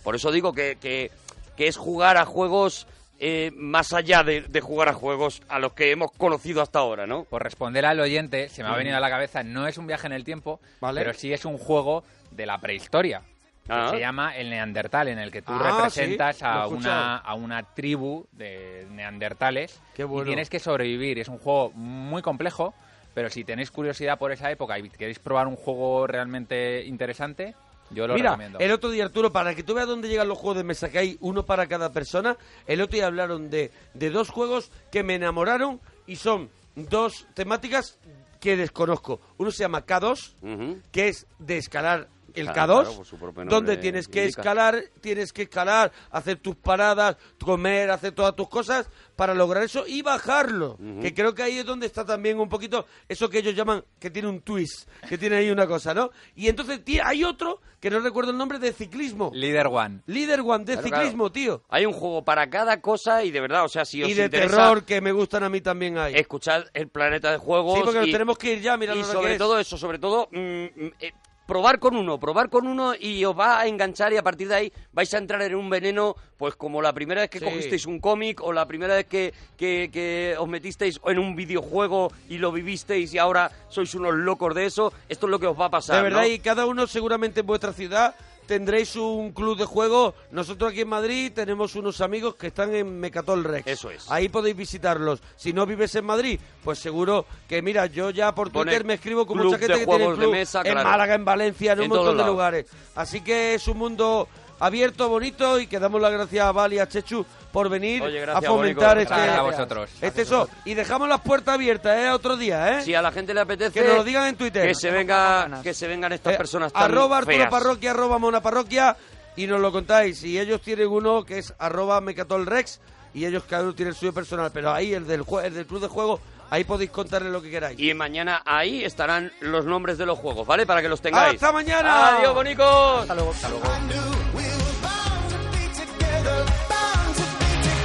Por eso digo que, que, que es jugar a juegos eh, más allá de, de jugar a juegos a los que hemos conocido hasta ahora, ¿no? Por responder al oyente, se me ha venido a la cabeza, no es un viaje en el tiempo, Vale. pero sí es un juego de la prehistoria. que Ah. Se llama el Neandertal, en el que tú Ah, representas sí, lo he a, una, escuchado. a una tribu de neandertales Qué bueno. y tienes que sobrevivir. Es un juego muy complejo, pero si tenéis curiosidad por esa época y queréis probar un juego realmente interesante, yo lo Mira, recomiendo. el otro día, Arturo, para que tú veas dónde llegan los juegos de mesa, que hay uno para cada persona, el otro día hablaron de, de dos juegos que me enamoraron y son dos temáticas que desconozco. Uno se llama K2, Ujú. que es de escalar el Claro, K2, claro, por su propio nombre donde tienes que indica. escalar, tienes que escalar, hacer tus paradas, comer, hacer todas tus cosas para lograr eso y bajarlo. Que creo que ahí es donde está también un poquito eso que ellos llaman, que tiene un twist, que tiene ahí una cosa, ¿no? Y entonces ti- hay otro, que no recuerdo el nombre, de ciclismo. Leader One. Líder One de Claro, ciclismo, claro. tío. Hay un juego para cada cosa y de verdad, o sea, si os Y de interesa, terror, que me gustan a mí también hay. escuchad el planeta de juegos. Sí, porque nos y- tenemos que ir ya, mira y lo que sobre es. todo eso, sobre todo mm, mm, eh, probar con uno, probar con uno y os va a enganchar y a partir de ahí vais a entrar en un veneno, pues como la primera vez que Sí. cogisteis un cómic o la primera vez que, que- que os metisteis en un videojuego y lo vivisteis y ahora sois unos locos de eso, esto es lo que os va a pasar. De verdad, ¿no? y cada uno seguramente en vuestra ciudad tendréis un club de juego. Nosotros aquí en Madrid tenemos unos amigos que están en Mecatol Rex. Eso es. Ahí podéis visitarlos. Si no vives en Madrid, pues seguro que, mira, yo ya por Pone Twitter me escribo con club mucha gente de que tiene juegos de club mesa, en claro. Málaga, en Valencia, en un En montón todos de lados. lugares. Así que es un mundo abierto, bonito, y que damos las gracias a Bali y a Chechu por venir Oye, a gracias, fomentar Bonico. este... Gracias a vosotros. Este eso. Y dejamos las puertas abiertas, ¿eh? Otro día, ¿eh? Si a la gente le apetece Que nos lo digan en Twitter. que se venga, que se vengan estas Eh, personas tan arroba Arturo feas. Parroquia, arroba Mona Parroquia y nos lo contáis. Y ellos tienen uno que es arroba Mecatolrex y ellos cada uno tiene el suyo personal. Pero ahí, el del, jue- el del club de juego, ahí podéis contarle lo que queráis. Y mañana ahí estarán los nombres de los juegos, ¿vale? Para que los tengáis. ¡Hasta mañana! Adiós, bonicos. Hasta luego. I knew we were bound to be together, bound to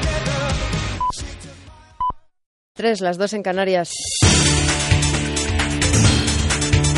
be together. Tres, las dos en Canarias.